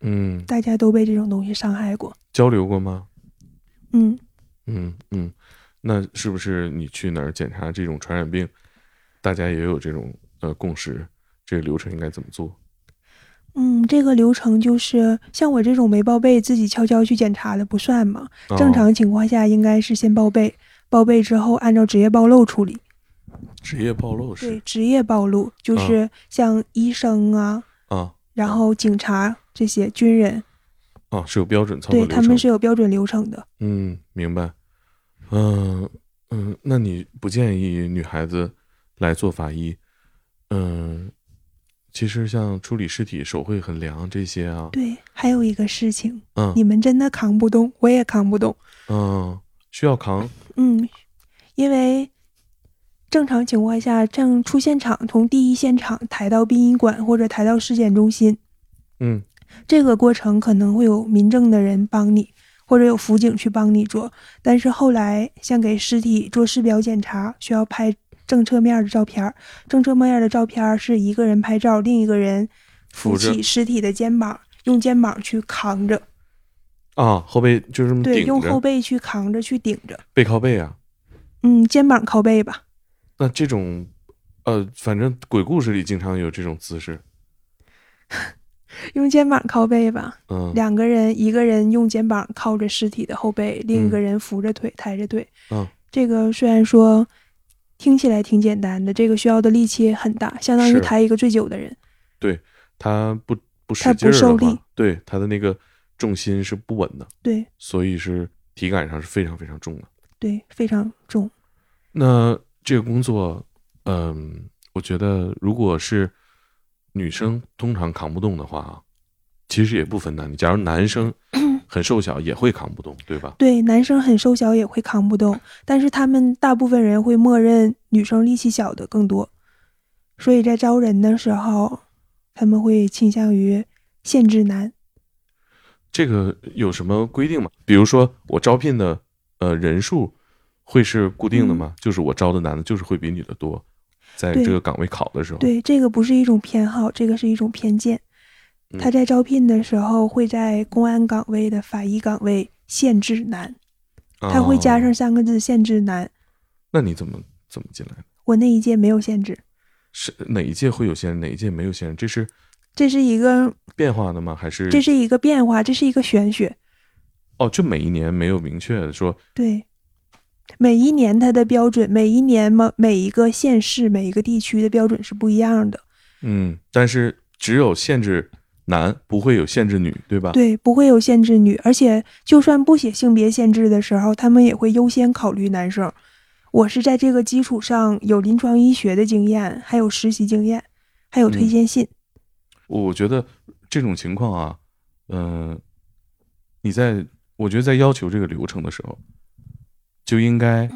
[SPEAKER 1] 嗯，
[SPEAKER 2] 大家都被这种东西伤害过。
[SPEAKER 1] 交流过吗？
[SPEAKER 2] 嗯，
[SPEAKER 1] 嗯嗯，那是不是你去哪儿检查这种传染病，大家也有这种呃共识，这个流程应该怎么做？
[SPEAKER 2] 嗯，这个流程就是像我这种没报备，自己悄悄去检查的不算嘛。
[SPEAKER 1] 哦
[SPEAKER 2] 正常情况下应该是先报备，报备之后按照职业暴露处理。
[SPEAKER 1] 职业暴露
[SPEAKER 2] 对
[SPEAKER 1] 是，嗯
[SPEAKER 2] 职业暴露就是像医生啊，
[SPEAKER 1] 啊
[SPEAKER 2] 然后警察这些军人，
[SPEAKER 1] 啊是有标准操作
[SPEAKER 2] 对
[SPEAKER 1] 流
[SPEAKER 2] 他
[SPEAKER 1] 程，
[SPEAKER 2] 们是有标准流程的。
[SPEAKER 1] 嗯，明白。嗯、嗯，那你不建议女孩子来做法医？嗯、其实像处理尸体、手会很凉这些啊，
[SPEAKER 2] 对，还有一个事情，
[SPEAKER 1] 嗯
[SPEAKER 2] 你们真的扛不动，我也扛不动。
[SPEAKER 1] 嗯、需要扛
[SPEAKER 2] 嗯，因为正常情况下，正出现场从第一现场抬到殡仪馆或者抬到尸检中心，
[SPEAKER 1] 嗯
[SPEAKER 2] 这个过程可能会有民政的人帮你，或者有辅警去帮你做。但是后来像给尸体做尸表检查，需要拍正侧面的照片儿，正侧面的照片儿是一个人拍照，另一个人扶
[SPEAKER 1] 扶着
[SPEAKER 2] 起尸体的肩膀，用肩膀去扛着，
[SPEAKER 1] 啊，后背就这么
[SPEAKER 2] 对，
[SPEAKER 1] 顶
[SPEAKER 2] 用
[SPEAKER 1] 着，
[SPEAKER 2] 后背去扛着，去顶着，
[SPEAKER 1] 背靠背啊。
[SPEAKER 2] 嗯，肩膀靠背吧。
[SPEAKER 1] 那这种，呃，反正鬼故事里经常有这种姿势，
[SPEAKER 2] 用肩膀靠背吧，
[SPEAKER 1] 嗯
[SPEAKER 2] 两个人，一个人用肩膀靠着尸体的后背，另一个
[SPEAKER 1] 嗯
[SPEAKER 2] 人扶着腿，抬着腿。
[SPEAKER 1] 嗯，
[SPEAKER 2] 这个虽然说听起来挺简单的，这个需要的力气很大，相当于
[SPEAKER 1] 是
[SPEAKER 2] 抬一个醉酒的人。
[SPEAKER 1] 他不不使
[SPEAKER 2] 它不
[SPEAKER 1] 劲儿
[SPEAKER 2] 受
[SPEAKER 1] 的
[SPEAKER 2] 力
[SPEAKER 1] 话，对他的那个重心是不稳的，
[SPEAKER 2] 对
[SPEAKER 1] 所以是体感上是非常非常重的。
[SPEAKER 2] 对，非常重。
[SPEAKER 1] 那这个工作，嗯、我觉得如果是女生通常扛不动的话啊，其实也不分男女。假如男 生很瘦小也会扛不动，对吧？
[SPEAKER 2] 对，男生很瘦小也会扛不动，但是他们大部分人会默认女生力气小的更多，所以在招人的时候，他们会倾向于限制男。
[SPEAKER 1] 这个有什么规定吗？比如说我招聘的呃人数会是固定的吗？就是我招的男的就是会比女的多，在
[SPEAKER 2] 嗯对
[SPEAKER 1] 这个岗位考的时候，
[SPEAKER 2] 对，这个不是一种偏好，这个是一种偏见。他
[SPEAKER 1] 嗯
[SPEAKER 2] 在招聘的时候会在公安岗位的法医岗位限制男，
[SPEAKER 1] 啊
[SPEAKER 2] 他会加上。三个字“限制男
[SPEAKER 1] 那你怎么怎么进来的？”。
[SPEAKER 2] 我那一届没有限制，
[SPEAKER 1] 是哪一届会有限人，哪一届没有限人？这是
[SPEAKER 2] 这是一个
[SPEAKER 1] 变化的吗？还是
[SPEAKER 2] 这是一个变化，这是一个玄学。
[SPEAKER 1] 哦？就每一年没有明确的说
[SPEAKER 2] 对，每一年它的标准，每一年嘛，每一个县市、每一个地区的标准是不一样的。
[SPEAKER 1] 嗯，但是只有限制男，不会有限制女，对吧？，
[SPEAKER 2] 对，不会有限制女，而且就算不写性别限制的时候，他们也会优先考虑男生。我是在这个基础上有临床医学的经验，还有实习经验，还有推
[SPEAKER 1] 嗯
[SPEAKER 2] 荐信。
[SPEAKER 1] 我觉得这种情况啊，嗯、你在我觉得在要求这个流程的时候，就应该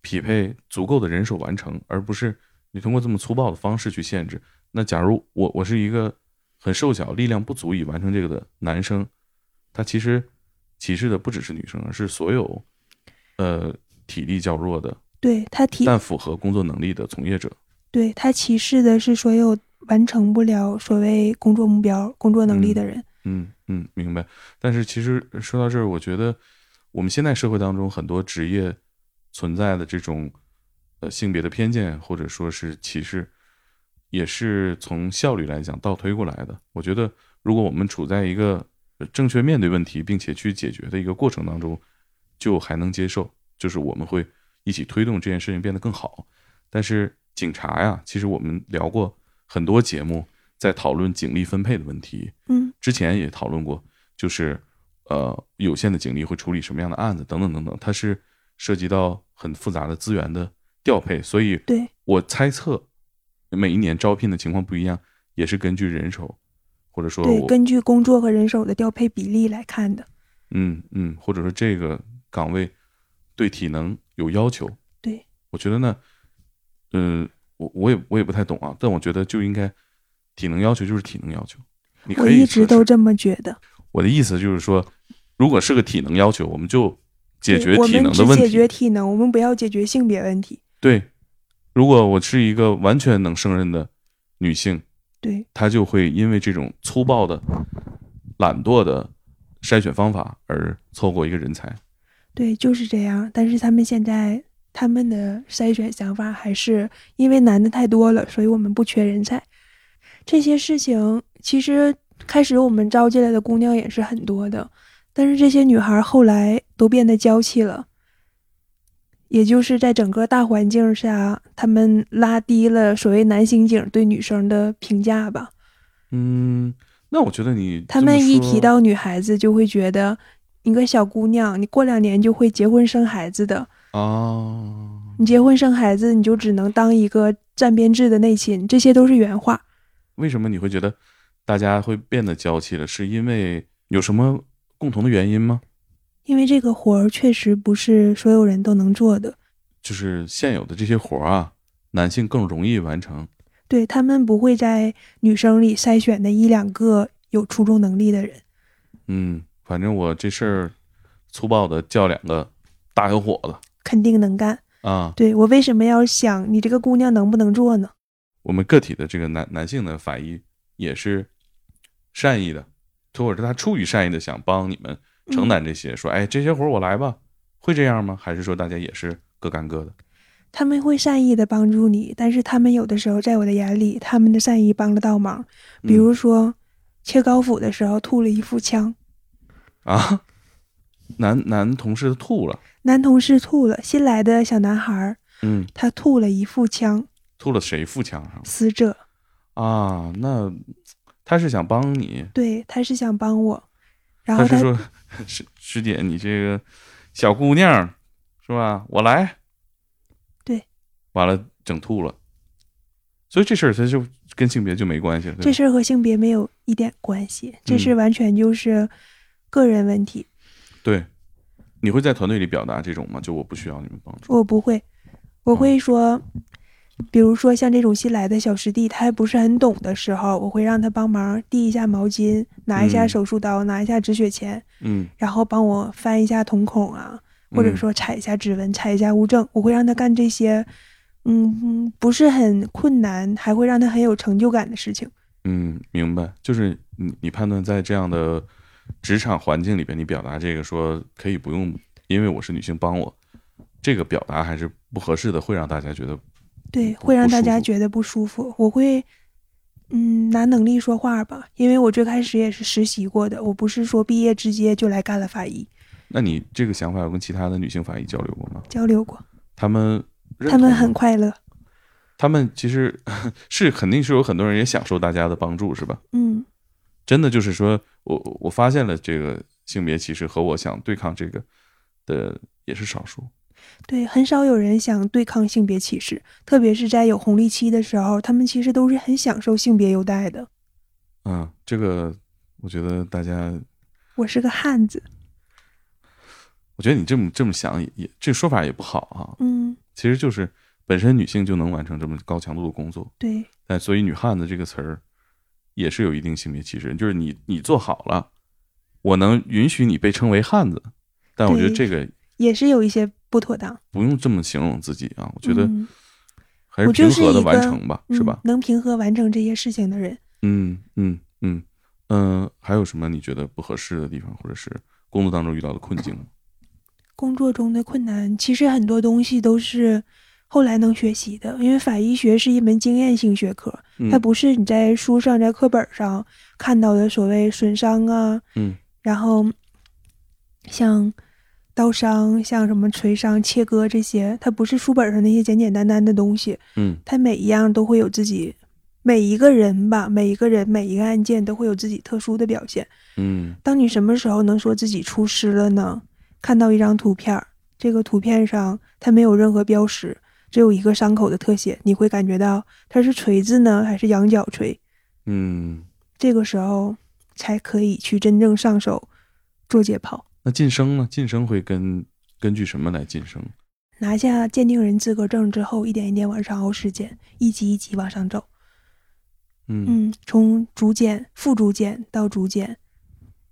[SPEAKER 1] 匹配足够的人手完成，而不是你通过这么粗暴的方式去限制。那假如我我是一个很瘦小、力量不足以完成这个的男生，他其实歧视的不只是女生，而是所有呃体力较弱的
[SPEAKER 2] 对他提，
[SPEAKER 1] 但符合工作能力的从业者。
[SPEAKER 2] 对他歧视的是所有完成不了所谓工作目标、工作能力
[SPEAKER 1] 嗯
[SPEAKER 2] 的人。
[SPEAKER 1] 嗯嗯，明白。但是其实说到这儿，我觉得我们现在社会当中很多职业存在的这种呃性别的偏见或者说是歧视，也是从效率来讲倒推过来的。我觉得，如果我们处在一个呃正确面对问题并且去解决的一个过程当中，就还能接受，就是我们会一起推动这件事情变得更好。但是警察呀，其实我们聊过很多节目，在讨论警力分配的问题，
[SPEAKER 2] 嗯
[SPEAKER 1] 之前也讨论过，就是呃有限的警力会处理什么样的案子等等等等，它是涉及到很复杂的资源的调配，所以
[SPEAKER 2] 对，
[SPEAKER 1] 我猜测每一年招聘的情况不一样，也是根据人手，或者说
[SPEAKER 2] 对，
[SPEAKER 1] 我
[SPEAKER 2] 根据工作和人手的调配比例来看的，
[SPEAKER 1] 嗯嗯，或者说这个岗位对体能有要求，
[SPEAKER 2] 对，
[SPEAKER 1] 我觉得呢，嗯、我我也我也不太懂啊，但我觉得就应该体能要求就是体能要求，你
[SPEAKER 2] 我
[SPEAKER 1] 可以
[SPEAKER 2] 一直
[SPEAKER 1] 测试
[SPEAKER 2] 都这么觉得。
[SPEAKER 1] 我的意思就是说，如果是个体能要求，我们就解决
[SPEAKER 2] 对
[SPEAKER 1] 体能的问
[SPEAKER 2] 我们只解决
[SPEAKER 1] 题。
[SPEAKER 2] 体能，我们不要解决性别问题。
[SPEAKER 1] 对，如果我是一个完全能胜任的女性，
[SPEAKER 2] 对
[SPEAKER 1] 她就会因为这种粗暴的、懒惰的筛选方法而错过一个人才。
[SPEAKER 2] 对，就是这样。但是他们现在他们的筛选想法还是因为男的太多了，所以我们不缺人才。这些事情其实开始我们招进来的姑娘也是很多的，但是这些女孩后来都变得娇气了。也就是在整个大环境下，他们拉低了所谓男刑警对女生的评价吧。
[SPEAKER 1] 嗯，那我觉得你
[SPEAKER 2] 他
[SPEAKER 1] 这么
[SPEAKER 2] 们一
[SPEAKER 1] 说
[SPEAKER 2] 提到女孩子，就会觉得一个小姑娘，你过两年就会结婚生孩子的，
[SPEAKER 1] 啊，
[SPEAKER 2] 你结婚生孩子，你就只能当一个站边制的内勤，这些都是原话。
[SPEAKER 1] 为什么你会觉得大家会变得娇气了？是因为有什么共同的原因吗？
[SPEAKER 2] 因为这个活儿确实不是所有人都能做的，
[SPEAKER 1] 就是现有的这些活儿啊，男性更容易完成。
[SPEAKER 2] 对他们不会在女生里筛选的一两个有出众能力的人。
[SPEAKER 1] 嗯，反正我这事儿粗暴的叫两个大小伙子
[SPEAKER 2] 肯定能干，
[SPEAKER 1] 啊，
[SPEAKER 2] 对我为什么要想你这个姑娘能不能做呢？
[SPEAKER 1] 我们个体的这个男男性的法医也是善意的，或者是他出于善意的想帮你们承担这些，说哎这些活儿我来吧，会这样吗？还是说大家也是各干各的？
[SPEAKER 2] 他们会善意的帮助你，但是他们有的时候在我的眼里，他们的善意帮了倒忙。比如说，切高斧的时候吐了一副枪，
[SPEAKER 1] 啊， 男男同事吐了，
[SPEAKER 2] 男同事吐了，新来的小男孩儿
[SPEAKER 1] 嗯，
[SPEAKER 2] 他吐了一副枪，
[SPEAKER 1] 吐了谁腹腔上
[SPEAKER 2] 死者
[SPEAKER 1] 啊？那他是想帮你，
[SPEAKER 2] 对他是想帮我，然后
[SPEAKER 1] 他是
[SPEAKER 2] 他
[SPEAKER 1] 说师师姐你这个小姑娘是吧？我来，
[SPEAKER 2] 对，
[SPEAKER 1] 完了整吐了，所以这事儿它就跟性别就没关系了，对吧
[SPEAKER 2] 这事儿和性别没有一点关系，这
[SPEAKER 1] 嗯
[SPEAKER 2] 事完全就是个人问题，
[SPEAKER 1] 对。你会在团队里表达这种吗？就我不需要你们帮助。
[SPEAKER 2] 我不会，我
[SPEAKER 1] 嗯
[SPEAKER 2] 会说。比如说像这种新来的小师弟，他还不是很懂的时候，我会让他帮忙递一下毛巾，拿一下
[SPEAKER 1] 嗯
[SPEAKER 2] 手术刀，拿一下止血钳，
[SPEAKER 1] 嗯
[SPEAKER 2] 然后帮我翻一下瞳孔啊，或者
[SPEAKER 1] 嗯
[SPEAKER 2] 说采一下指纹、采一下物证，我会让他干这些，嗯，嗯不是很困难，还会让他很有成就感的事情。
[SPEAKER 1] 嗯，明白。就是你你判断在这样的职场环境里边，你表达这个说可以不用，因为我是女性帮我，这个表达还是不合适的，会让大家觉得
[SPEAKER 2] 对，
[SPEAKER 1] 嗯不
[SPEAKER 2] 会让
[SPEAKER 1] 不
[SPEAKER 2] 大
[SPEAKER 1] 舒
[SPEAKER 2] 家
[SPEAKER 1] 服
[SPEAKER 2] 觉得不舒服。我会，嗯，拿能力说话吧，因为我最开始也是实习过的，我不是说毕业直接就来干了法医，
[SPEAKER 1] 那你这个想法有跟其他的女性法医交流过吗？
[SPEAKER 2] 交流过，
[SPEAKER 1] 她们认
[SPEAKER 2] 他们
[SPEAKER 1] 同
[SPEAKER 2] 很
[SPEAKER 1] 吗，
[SPEAKER 2] 快乐。
[SPEAKER 1] 她们其实 是肯定是有很多人也享受大家的帮助，是吧？
[SPEAKER 2] 嗯，
[SPEAKER 1] 真的就是说我我发现了这个性别歧视和我想对抗这个的也是少数。
[SPEAKER 2] 对，很少有人想对抗性别歧视，特别是在有红利期的时候，他们其实都是很享受性别优待的。
[SPEAKER 1] 嗯，这个我觉得大家，
[SPEAKER 2] 我是个汉子，
[SPEAKER 1] 我觉得你这么这么想也也这说法也不好啊。
[SPEAKER 2] 嗯，
[SPEAKER 1] 其实就是本身女性就能完成这么高强度的工作，
[SPEAKER 2] 对
[SPEAKER 1] 但所以“女汉子”这个词儿也是有一定性别歧视，就是你你做好了，我能允许你被称为汉子，但我觉得
[SPEAKER 2] 对
[SPEAKER 1] 这个
[SPEAKER 2] 也是有一些不妥当。
[SPEAKER 1] 不用这么形容自己啊，我觉得
[SPEAKER 2] 嗯
[SPEAKER 1] 还是
[SPEAKER 2] 我
[SPEAKER 1] 平
[SPEAKER 2] 就是
[SPEAKER 1] 和的
[SPEAKER 2] 一
[SPEAKER 1] 完
[SPEAKER 2] 个
[SPEAKER 1] 成吧，是吧
[SPEAKER 2] 嗯？能平和完成这些事情的人，
[SPEAKER 1] 嗯嗯嗯嗯、呃还有什么你觉得不合适的地方，或者是工作当中遇到的困境吗？
[SPEAKER 2] 工作中的困难，其实很多东西都是后来能学习的，因为法医学是一门经验性学科，
[SPEAKER 1] 嗯
[SPEAKER 2] 它不是你在书上、在课本上看到的所谓损伤啊，
[SPEAKER 1] 嗯，
[SPEAKER 2] 然后像刀伤、像什么锤伤、切割这些，它不是书本上那些简简单单的东西，
[SPEAKER 1] 嗯，
[SPEAKER 2] 它每一样都会有自己，每一个人吧，每一个人、每一个案件都会有自己特殊的表现。
[SPEAKER 1] 嗯
[SPEAKER 2] 当你什么时候能说自己出师了呢？看到一张图片儿，这个图片上它没有任何标识，只有一个伤口的特写，你会感觉到它是锤子呢，还是羊角锤？
[SPEAKER 1] 嗯，
[SPEAKER 2] 这个时候才可以去真正上手做解剖，
[SPEAKER 1] 那晋升呢？晋升会跟根据什么来晋升？
[SPEAKER 2] 拿下鉴定人资格证之后，一点一点往上熬时间，一级一级往上走。
[SPEAKER 1] 嗯
[SPEAKER 2] 嗯，从竹检、副竹检到竹检，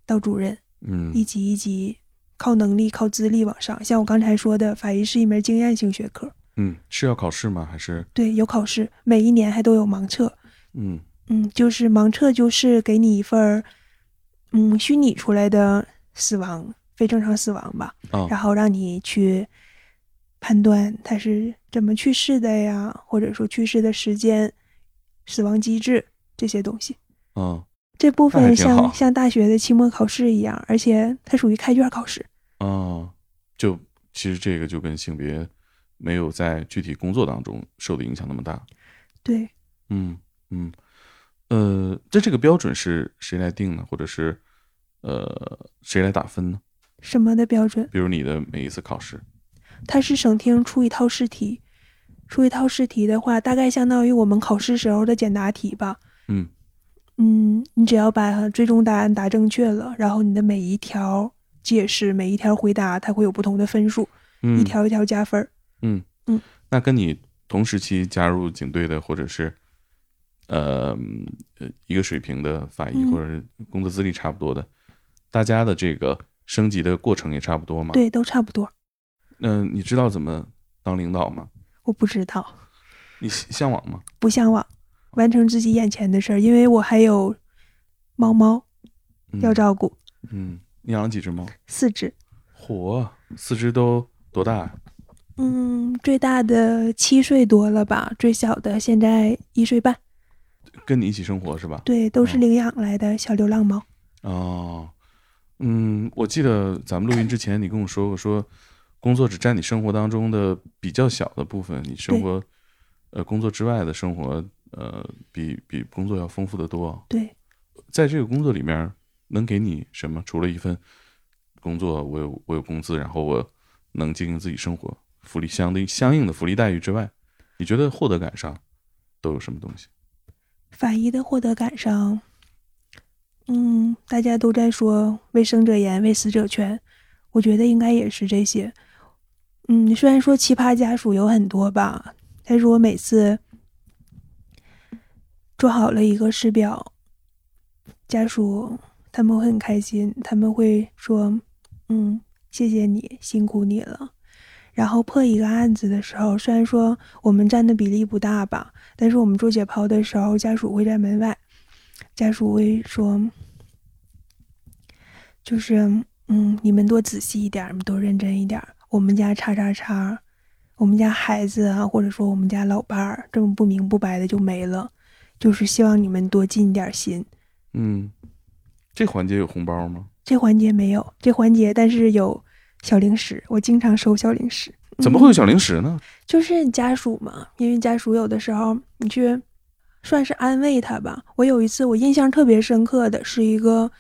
[SPEAKER 2] 到主任。
[SPEAKER 1] 嗯
[SPEAKER 2] 一级一级靠能力、靠资历往上。像我刚才说的，法医是一门经验性学科，
[SPEAKER 1] 嗯，是要考试吗？还是
[SPEAKER 2] 对，有考试，每一年还都有盲测。
[SPEAKER 1] 嗯
[SPEAKER 2] 嗯，就是盲测，就是给你一份儿，嗯，虚拟出来的死亡，非正常死亡吧，
[SPEAKER 1] 啊
[SPEAKER 2] 然后让你去判断他是怎么去世的呀，或者说去世的时间、死亡机制这些东西。
[SPEAKER 1] 啊
[SPEAKER 2] 这部
[SPEAKER 1] 那还
[SPEAKER 2] 分
[SPEAKER 1] 挺好
[SPEAKER 2] 像像大学的期末考试一样，而且它属于开卷考试。
[SPEAKER 1] 啊！就其实这个就跟性别没有在具体工作当中受的影响那么大。
[SPEAKER 2] 对，
[SPEAKER 1] 嗯嗯，呃，那这个标准是谁来定呢？或者是呃谁来打分呢？
[SPEAKER 2] 什么的标准？
[SPEAKER 1] 比如你的每一次考试，
[SPEAKER 2] 它是省厅出一套试题，出一套试题的话，大概相当于我们考试时候的简答题吧。
[SPEAKER 1] 嗯
[SPEAKER 2] 嗯，你只要把最终答案答正确了，然后你的每一条解释、每一条回答，它会有不同的分数，一
[SPEAKER 1] 嗯，
[SPEAKER 2] 条一条加分儿。
[SPEAKER 1] 那跟你同时期加入警队的，或者是呃呃一个水平的法医，
[SPEAKER 2] 嗯
[SPEAKER 1] 或者是工作资历差不多的，大家的这个升级的过程也差不多嘛？
[SPEAKER 2] 对，都差不多。
[SPEAKER 1] 嗯、你知道怎么当领导吗？
[SPEAKER 2] 我不知道，
[SPEAKER 1] 你向向往吗？
[SPEAKER 2] 不向往完成自己眼前的事儿，因为我还有猫猫
[SPEAKER 1] 嗯
[SPEAKER 2] 要照顾，
[SPEAKER 1] 嗯，你养了几只猫？
[SPEAKER 2] 四只。
[SPEAKER 1] 嚯，四只都多大呀、
[SPEAKER 2] 嗯，最大的七岁多了吧，最小的现在一岁半。
[SPEAKER 1] 跟你一起生活是吧？
[SPEAKER 2] 对，都是
[SPEAKER 1] 哦
[SPEAKER 2] 领养来的小流浪猫。
[SPEAKER 1] 哦，嗯，我记得咱们录音之前，你跟我说过，说工作只占你生活当中的比较小的部分，你生
[SPEAKER 2] 对
[SPEAKER 1] 活，呃，工作之外的生活，呃，比比工作要丰富的多。
[SPEAKER 2] 对，
[SPEAKER 1] 在这个工作里面，能给你什么？除了一份工作，我有我有工资，然后我能经营自己生活，福利相对相应的福利待遇之外，你觉得获得感上都有什么东西？
[SPEAKER 2] 法医的获得感上，嗯，大家都在说为生者言，为死者权，我觉得应该也是这些。嗯，虽然说奇葩家属有很多吧，但是我每次做好了一个师表，家属他们会很开心，他们会说，嗯，谢谢你，辛苦你了。然后破一个案子的时候，虽然说我们占的比例不大吧，但是我们做解剖的时候，家属会在门外，家属会说，就是嗯，你们多仔细一点儿，你们多认真一点儿。我们家叉叉叉，我们家孩子啊，或者说我们家老伴儿，这么不明不白的就没了，就是希望你们多尽点儿心。
[SPEAKER 1] 嗯，这环节有红包吗？
[SPEAKER 2] 这环节没有，这环节但是有小零食，我经常收小零食。
[SPEAKER 1] 怎么
[SPEAKER 2] 嗯
[SPEAKER 1] 会有小零食呢？
[SPEAKER 2] 就是家属嘛，因为家属有的时候你去算是安慰他吧。我有一次我印象特别深刻的是一个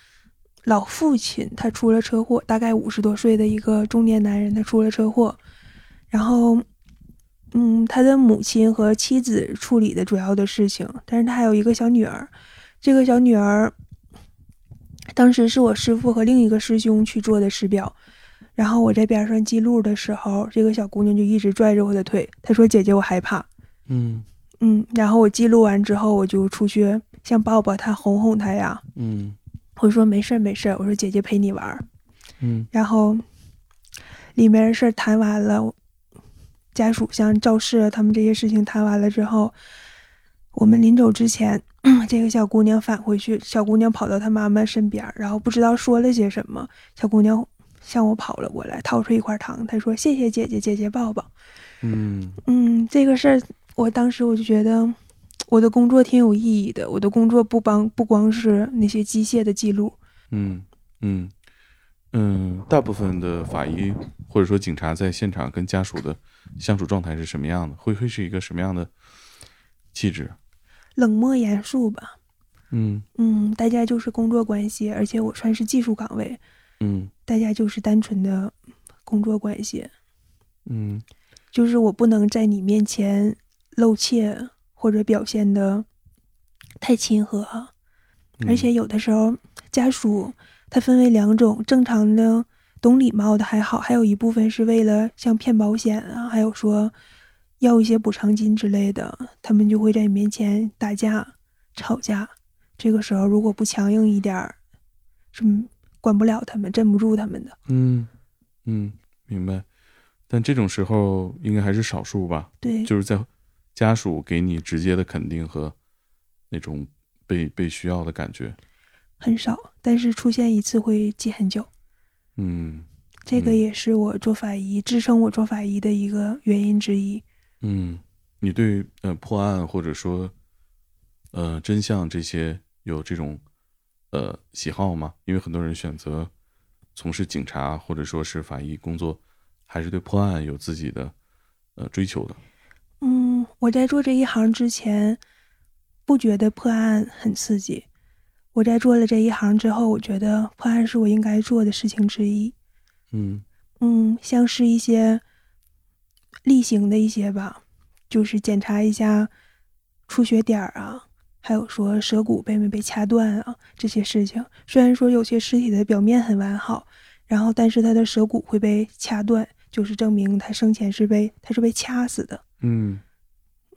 [SPEAKER 2] 老父亲，他出了车祸，大概五十多岁的一个中年男人，他出了车祸，然后。嗯，他的母亲和妻子处理的主要的事情，但是他还有一个小女儿，这个小女儿当时是我师傅和另一个师兄去做的师表，然后我在边上记录的时候，这个小姑娘就一直拽着我的腿，她说：“姐姐，我害怕。
[SPEAKER 1] 嗯”
[SPEAKER 2] 嗯，然后我记录完之后，我就出去想抱抱她，哄哄她呀。
[SPEAKER 1] 嗯
[SPEAKER 2] 我说：“没事儿，没事儿。”我说：“姐姐陪你玩儿。
[SPEAKER 1] 嗯”
[SPEAKER 2] 然后里面的事儿谈完了，家属像肇事他们这些事情谈完了之后，我们临走之前， 这个小姑娘返回去，小姑娘跑到她妈妈身边儿，然后不知道说了些什么，小姑娘向我跑了过来，掏出一块糖，她说：“谢谢姐姐，姐姐抱抱。”
[SPEAKER 1] 嗯
[SPEAKER 2] 嗯，这个事儿，我当时我就觉得我的工作挺有意义的。我的工作不帮不光是那些机械的记录，
[SPEAKER 1] 嗯嗯嗯，大部分的法医或者说警察在现场跟家属的相处状态是什么样的？会会是一个什么样的气质？
[SPEAKER 2] 冷漠严肃吧。
[SPEAKER 1] 嗯
[SPEAKER 2] 嗯，大家就是工作关系，而且我算是技术岗位，
[SPEAKER 1] 嗯
[SPEAKER 2] 大家就是单纯的工作关系，
[SPEAKER 1] 嗯
[SPEAKER 2] 就是我不能在你面前露怯或者表现的太亲和。啊
[SPEAKER 1] 嗯
[SPEAKER 2] 而且有的时候家属他分为两种，正常的懂礼貌的还好，还有一部分是为了像骗保险啊，还有说要一些补偿金之类的，他们就会在你面前打架、吵架。这个时候如果不强硬一点儿，是管不了他们、镇不住他们的。
[SPEAKER 1] 嗯嗯，明白。但这种时候应该还是少数吧，
[SPEAKER 2] 对，
[SPEAKER 1] 就是在家属给你直接的肯定和那种被被需要的感觉。
[SPEAKER 2] 很少，但是出现一次会记很久。
[SPEAKER 1] 嗯
[SPEAKER 2] 这个
[SPEAKER 1] 嗯
[SPEAKER 2] 也是我做法医支撑我做法医的一个原因之一。
[SPEAKER 1] 嗯，你对呃破案或者说呃真相这些有这种呃喜好吗？因为很多人选择从事警察或者说是法医工作，还是对破案有自己的呃追求的。
[SPEAKER 2] 嗯，我在做这一行之前，不觉得破案很刺激。我在做了这一行之后，我觉得破案是我应该做的事情之一。
[SPEAKER 1] 嗯
[SPEAKER 2] 嗯，像是一些例行的一些吧，就是检查一下出血点儿啊，还有说舌骨被没被掐断啊这些事情。虽然说有些尸体的表面很完好，然后但是它的舌骨会被掐断，就是证明他生前是被他是被掐死的。
[SPEAKER 1] 嗯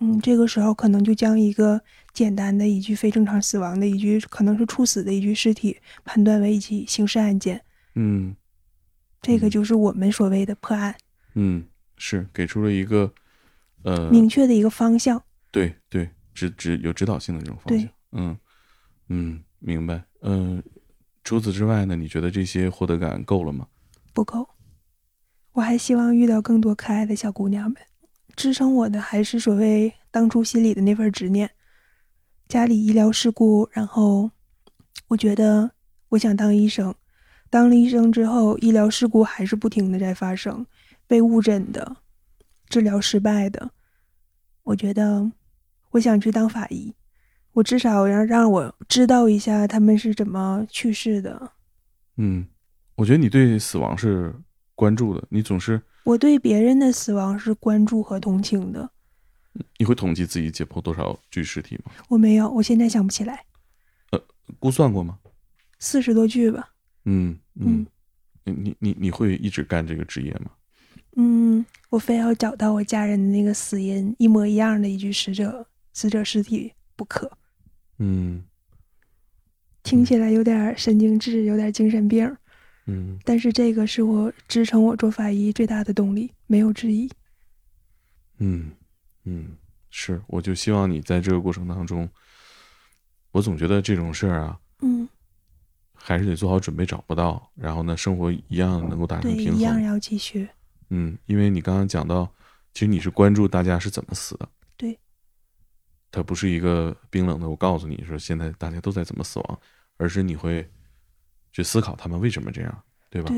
[SPEAKER 2] 嗯，这个时候可能就将一个简单的一具非正常死亡的一具可能是猝死的一具尸体判断为一起刑事案件，
[SPEAKER 1] 嗯
[SPEAKER 2] 这个
[SPEAKER 1] 嗯
[SPEAKER 2] 就是我们所谓的破案，
[SPEAKER 1] 嗯，是给出了一个呃
[SPEAKER 2] 明确的一个方向。
[SPEAKER 1] 对对，指指有指导性的这种方
[SPEAKER 2] 对
[SPEAKER 1] 向。嗯嗯，明白。嗯、除此之外呢，你觉得这些获得感够了吗？
[SPEAKER 2] 不够，我还希望遇到更多可爱的小姑娘们。支撑我的还是所谓当初心里的那份执念。家里医疗事故，然后我觉得我想当医生。当了医生之后，医疗事故还是不停的在发生，被误诊的，治疗失败的。我觉得我想去当法医，我至少让让我知道一下他们是怎么去世的。
[SPEAKER 1] 嗯，我觉得你对死亡是关注的，你总是
[SPEAKER 2] 我对别人的死亡是关注和同情的，
[SPEAKER 1] 你会统计自己解剖多少具尸体吗？
[SPEAKER 2] 我没有，我现在想不起来，
[SPEAKER 1] 估算过吗？
[SPEAKER 2] 四十多句吧。
[SPEAKER 1] 嗯
[SPEAKER 2] 嗯，
[SPEAKER 1] 你你你你会一直干这个职业吗？
[SPEAKER 2] 嗯，我非要找到我家人的那个死因一模一样的一具死者死者尸体不可，
[SPEAKER 1] 嗯
[SPEAKER 2] 听起来有点神经质，有点精神病，
[SPEAKER 1] 嗯
[SPEAKER 2] 但是这个是我支撑我做法医最大的动力，没有之一。
[SPEAKER 1] 嗯嗯，是，我就希望你在这个过程当中，我总觉得这种事儿啊，
[SPEAKER 2] 嗯，
[SPEAKER 1] 还是得做好准备，找不到，然后呢，生活一样能够达
[SPEAKER 2] 对，
[SPEAKER 1] 成平
[SPEAKER 2] 一样
[SPEAKER 1] 衡。
[SPEAKER 2] 要继续。
[SPEAKER 1] 嗯，因为你刚刚讲到，其实你是关注大家是怎么死的。
[SPEAKER 2] 对。
[SPEAKER 1] 它不是一个冰冷的，我告诉你说现在大家都在怎么死亡，而是你会去思考他们为什么这样，对吧？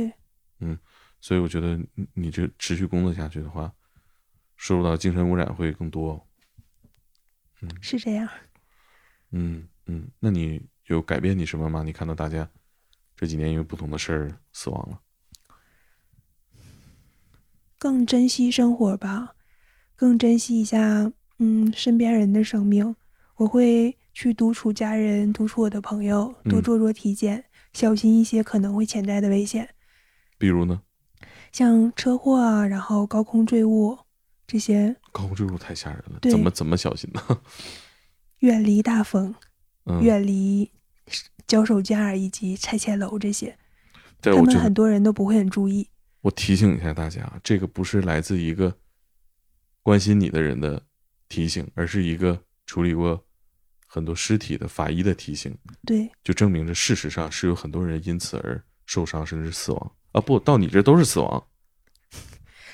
[SPEAKER 2] 对，
[SPEAKER 1] 所以我觉得你你这持续工作下去的话，受到精神污染会更多。
[SPEAKER 2] 是这样。
[SPEAKER 1] 嗯嗯，那你有改变你什么吗？你看到大家这几年因为不同的事儿死亡了，
[SPEAKER 2] 更珍惜生活吧，更珍惜一下嗯身边人的生命。我会去独处家人，独处我的朋友，
[SPEAKER 1] 嗯
[SPEAKER 2] 多做做体检，小心一些可能会潜在的危险，
[SPEAKER 1] 比如呢，
[SPEAKER 2] 像车祸啊，然后高空坠物这些，
[SPEAKER 1] 高空坠入太吓人了，
[SPEAKER 2] 对
[SPEAKER 1] 怎么怎么小心呢？
[SPEAKER 2] 远离大风，
[SPEAKER 1] 嗯，
[SPEAKER 2] 远离脚手架以及拆迁楼这些，
[SPEAKER 1] 对，
[SPEAKER 2] 他
[SPEAKER 1] 我
[SPEAKER 2] 们
[SPEAKER 1] 觉得
[SPEAKER 2] 很多人都不会很注意。
[SPEAKER 1] 我提醒一下大家，啊这个不是来自一个关心你的人的提醒，而是一个处理过很多尸体的法医的提醒，
[SPEAKER 2] 对，
[SPEAKER 1] 就证明着事实上是有很多人因此而受伤甚至死亡啊！不到你这都是死亡，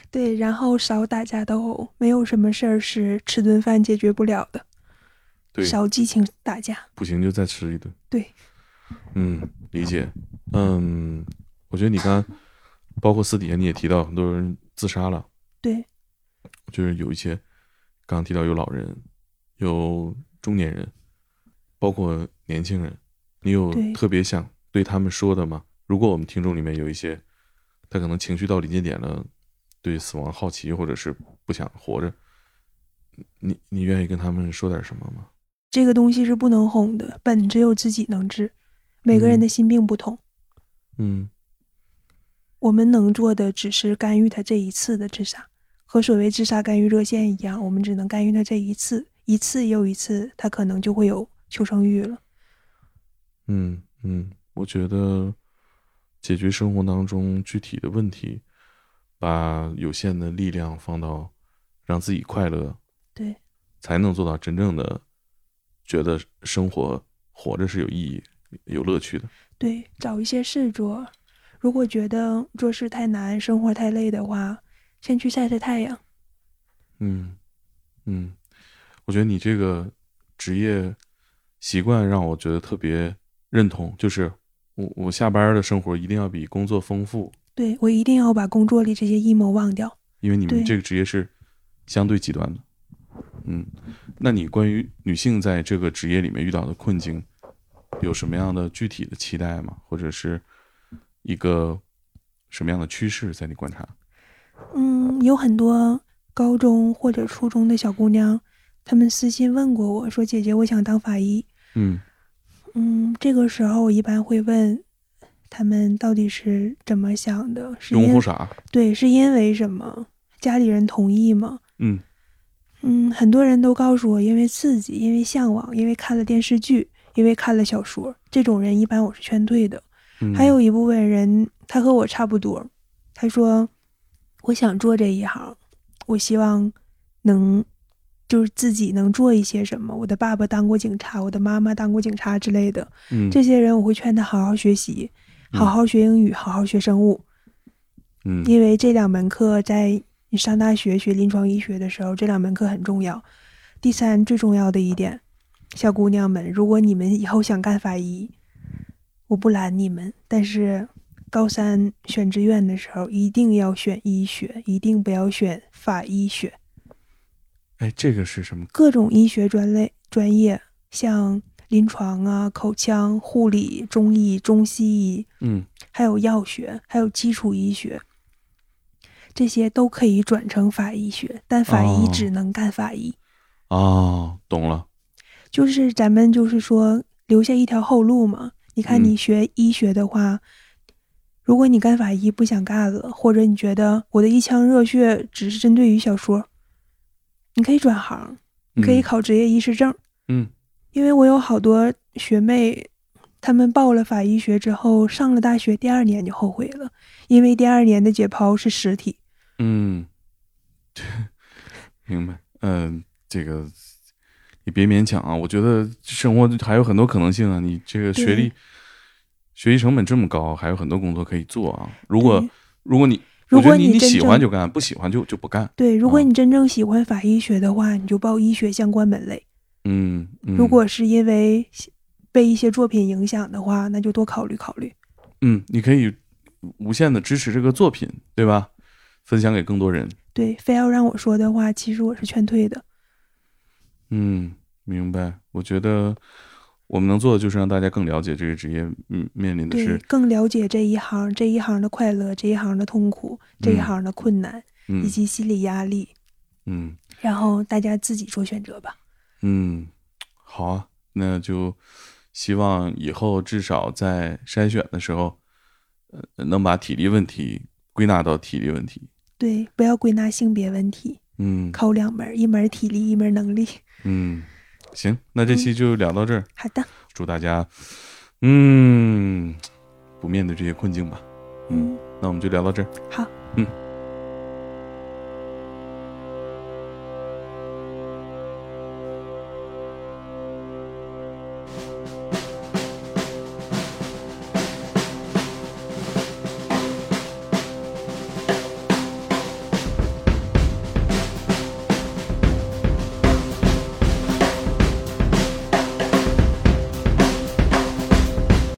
[SPEAKER 2] 对，然后少打架斗殴，没有什么事儿是吃顿饭解决不了的。
[SPEAKER 1] 对，
[SPEAKER 2] 少激情打架，
[SPEAKER 1] 不行就再吃一顿。
[SPEAKER 2] 对，
[SPEAKER 1] 嗯，理解。嗯，我觉得你刚，包括私底下你也提到，很多人自杀了，
[SPEAKER 2] 对，
[SPEAKER 1] 就是有一些刚刚提到有老人，有中年人，包括年轻人，你有
[SPEAKER 2] 对
[SPEAKER 1] 特别想对他们说的吗？如果我们听众里面有一些，他可能情绪到临界点了，对死亡好奇，或者是不想活着，你你愿意跟他们说点什么吗？
[SPEAKER 2] 这个东西是不能哄的，本只有自己能治。每个
[SPEAKER 1] 嗯
[SPEAKER 2] 人的心病不同，
[SPEAKER 1] 嗯
[SPEAKER 2] 我们能做的只是干预他这一次的自杀，和所谓自杀干预热线一样，我们只能干预他这一次，一次又一次，他可能就会有求生欲了。
[SPEAKER 1] 嗯嗯，我觉得解决生活当中具体的问题，把有限的力量放到让自己快乐，
[SPEAKER 2] 对，
[SPEAKER 1] 才能做到真正的觉得生活活着是有意义、有乐趣的。
[SPEAKER 2] 对，找一些事做。如果觉得做事太难，生活太累的话，先去晒晒太阳。
[SPEAKER 1] 嗯嗯，我觉得你这个职业习惯让我觉得特别认同，就是我我下班儿的生活一定要比工作丰富，
[SPEAKER 2] 对我一定要把工作里这些阴谋忘掉。
[SPEAKER 1] 因为你们
[SPEAKER 2] 对
[SPEAKER 1] 这个职业是相对极端的。嗯，那你关于女性在这个职业里面遇到的困境，有什么样的具体的期待吗？或者是一个什么样的趋势在你观察？
[SPEAKER 2] 嗯，有很多高中或者初中的小姑娘，她们私信问过我说：“姐姐，我想当法医。
[SPEAKER 1] 嗯”
[SPEAKER 2] 嗯，这个时候我一般会问她们到底是怎么想的，是
[SPEAKER 1] 拥
[SPEAKER 2] 因
[SPEAKER 1] 护嗯啥？
[SPEAKER 2] 对，是因为什么？家里人同意吗？
[SPEAKER 1] 嗯
[SPEAKER 2] 嗯，很多人都告诉我，因为刺激，因为向往，因为看了电视剧，因为看了小说，这种人一般我是劝退的。
[SPEAKER 1] 嗯，
[SPEAKER 2] 还有一部分人，他和我差不多，他说我想做这一行，我希望能就是自己能做一些什么。我的爸爸当过警察，我的妈妈当过警察之类的。
[SPEAKER 1] 嗯
[SPEAKER 2] 这些人我会劝他好好学习，好好学英语，好好学生物，
[SPEAKER 1] 嗯
[SPEAKER 2] 因为这两门课在你上大学学临床医学的时候，这两门课很重要。第三，最重要的一点，小姑娘们，如果你们以后想干法医，我不拦你们，但是高三选志愿的时候一定要选医学，一定不要选法医学，
[SPEAKER 1] 哎，这个是什么？
[SPEAKER 2] 各种医学专类专业，像临床啊、口腔、护理、中医、中西医，
[SPEAKER 1] 嗯
[SPEAKER 2] 还有药学，还有基础医学，这些都可以转成法医学，但法医
[SPEAKER 1] 哦
[SPEAKER 2] 只能干法医，
[SPEAKER 1] 哦，懂了。
[SPEAKER 2] 就是咱们就是说留下一条后路嘛。你看，
[SPEAKER 1] 嗯
[SPEAKER 2] 你学医学的话，如果你干法医不想干了，或者你觉得我的一腔热血只是针对于小说，你可以转行，你可
[SPEAKER 1] 嗯
[SPEAKER 2] 以考执业医师证。
[SPEAKER 1] 嗯
[SPEAKER 2] 因为我有好多学妹，她们报了法医学之后，上了大学第二年就后悔了，因为第二年的解剖是尸体。
[SPEAKER 1] 嗯，明白。嗯、这个你别勉强啊，我觉得生活还有很多可能性啊。你这个学历
[SPEAKER 2] 对、
[SPEAKER 1] 学习成本这么高，还有很多工作可以做啊。如果
[SPEAKER 2] 对
[SPEAKER 1] 如果你，
[SPEAKER 2] 如
[SPEAKER 1] 我觉
[SPEAKER 2] 果
[SPEAKER 1] 得你
[SPEAKER 2] 真
[SPEAKER 1] 喜
[SPEAKER 2] 正
[SPEAKER 1] 欢就干，不喜欢就就不干。
[SPEAKER 2] 对，如果
[SPEAKER 1] 嗯
[SPEAKER 2] 你真正喜欢法医学的话，你就报医学相关门类。
[SPEAKER 1] 嗯，嗯
[SPEAKER 2] 如果是因为被一些作品影响的话，那就多考虑考虑。
[SPEAKER 1] 嗯，你可以无限的支持这个作品，对吧？分享给更多人。
[SPEAKER 2] 对，非要让我说的话，其实我是劝退的。
[SPEAKER 1] 嗯，明白。我觉得我们能做的就是让大家更了解这个职业，嗯，面临的
[SPEAKER 2] 对
[SPEAKER 1] 是，
[SPEAKER 2] 更了解这一行，这一行的快乐，这一行的痛苦，这一
[SPEAKER 1] 嗯
[SPEAKER 2] 行的困难，
[SPEAKER 1] 嗯
[SPEAKER 2] 以及心理压力。
[SPEAKER 1] 嗯。
[SPEAKER 2] 然后大家自己做选择吧。
[SPEAKER 1] 嗯，好啊，那就希望以后至少在筛选的时候，呃，能把体力问题归纳到体力问题。
[SPEAKER 2] 对，不要归纳性别问题，
[SPEAKER 1] 嗯
[SPEAKER 2] 考两门儿，一门儿体力，一门儿能力。
[SPEAKER 1] 嗯，行，那这期就聊到这儿，
[SPEAKER 2] 好的，
[SPEAKER 1] 祝大家，嗯，不面对这些困境吧。嗯
[SPEAKER 2] 嗯，
[SPEAKER 1] 那我们就聊到这儿，
[SPEAKER 2] 好，
[SPEAKER 1] 嗯，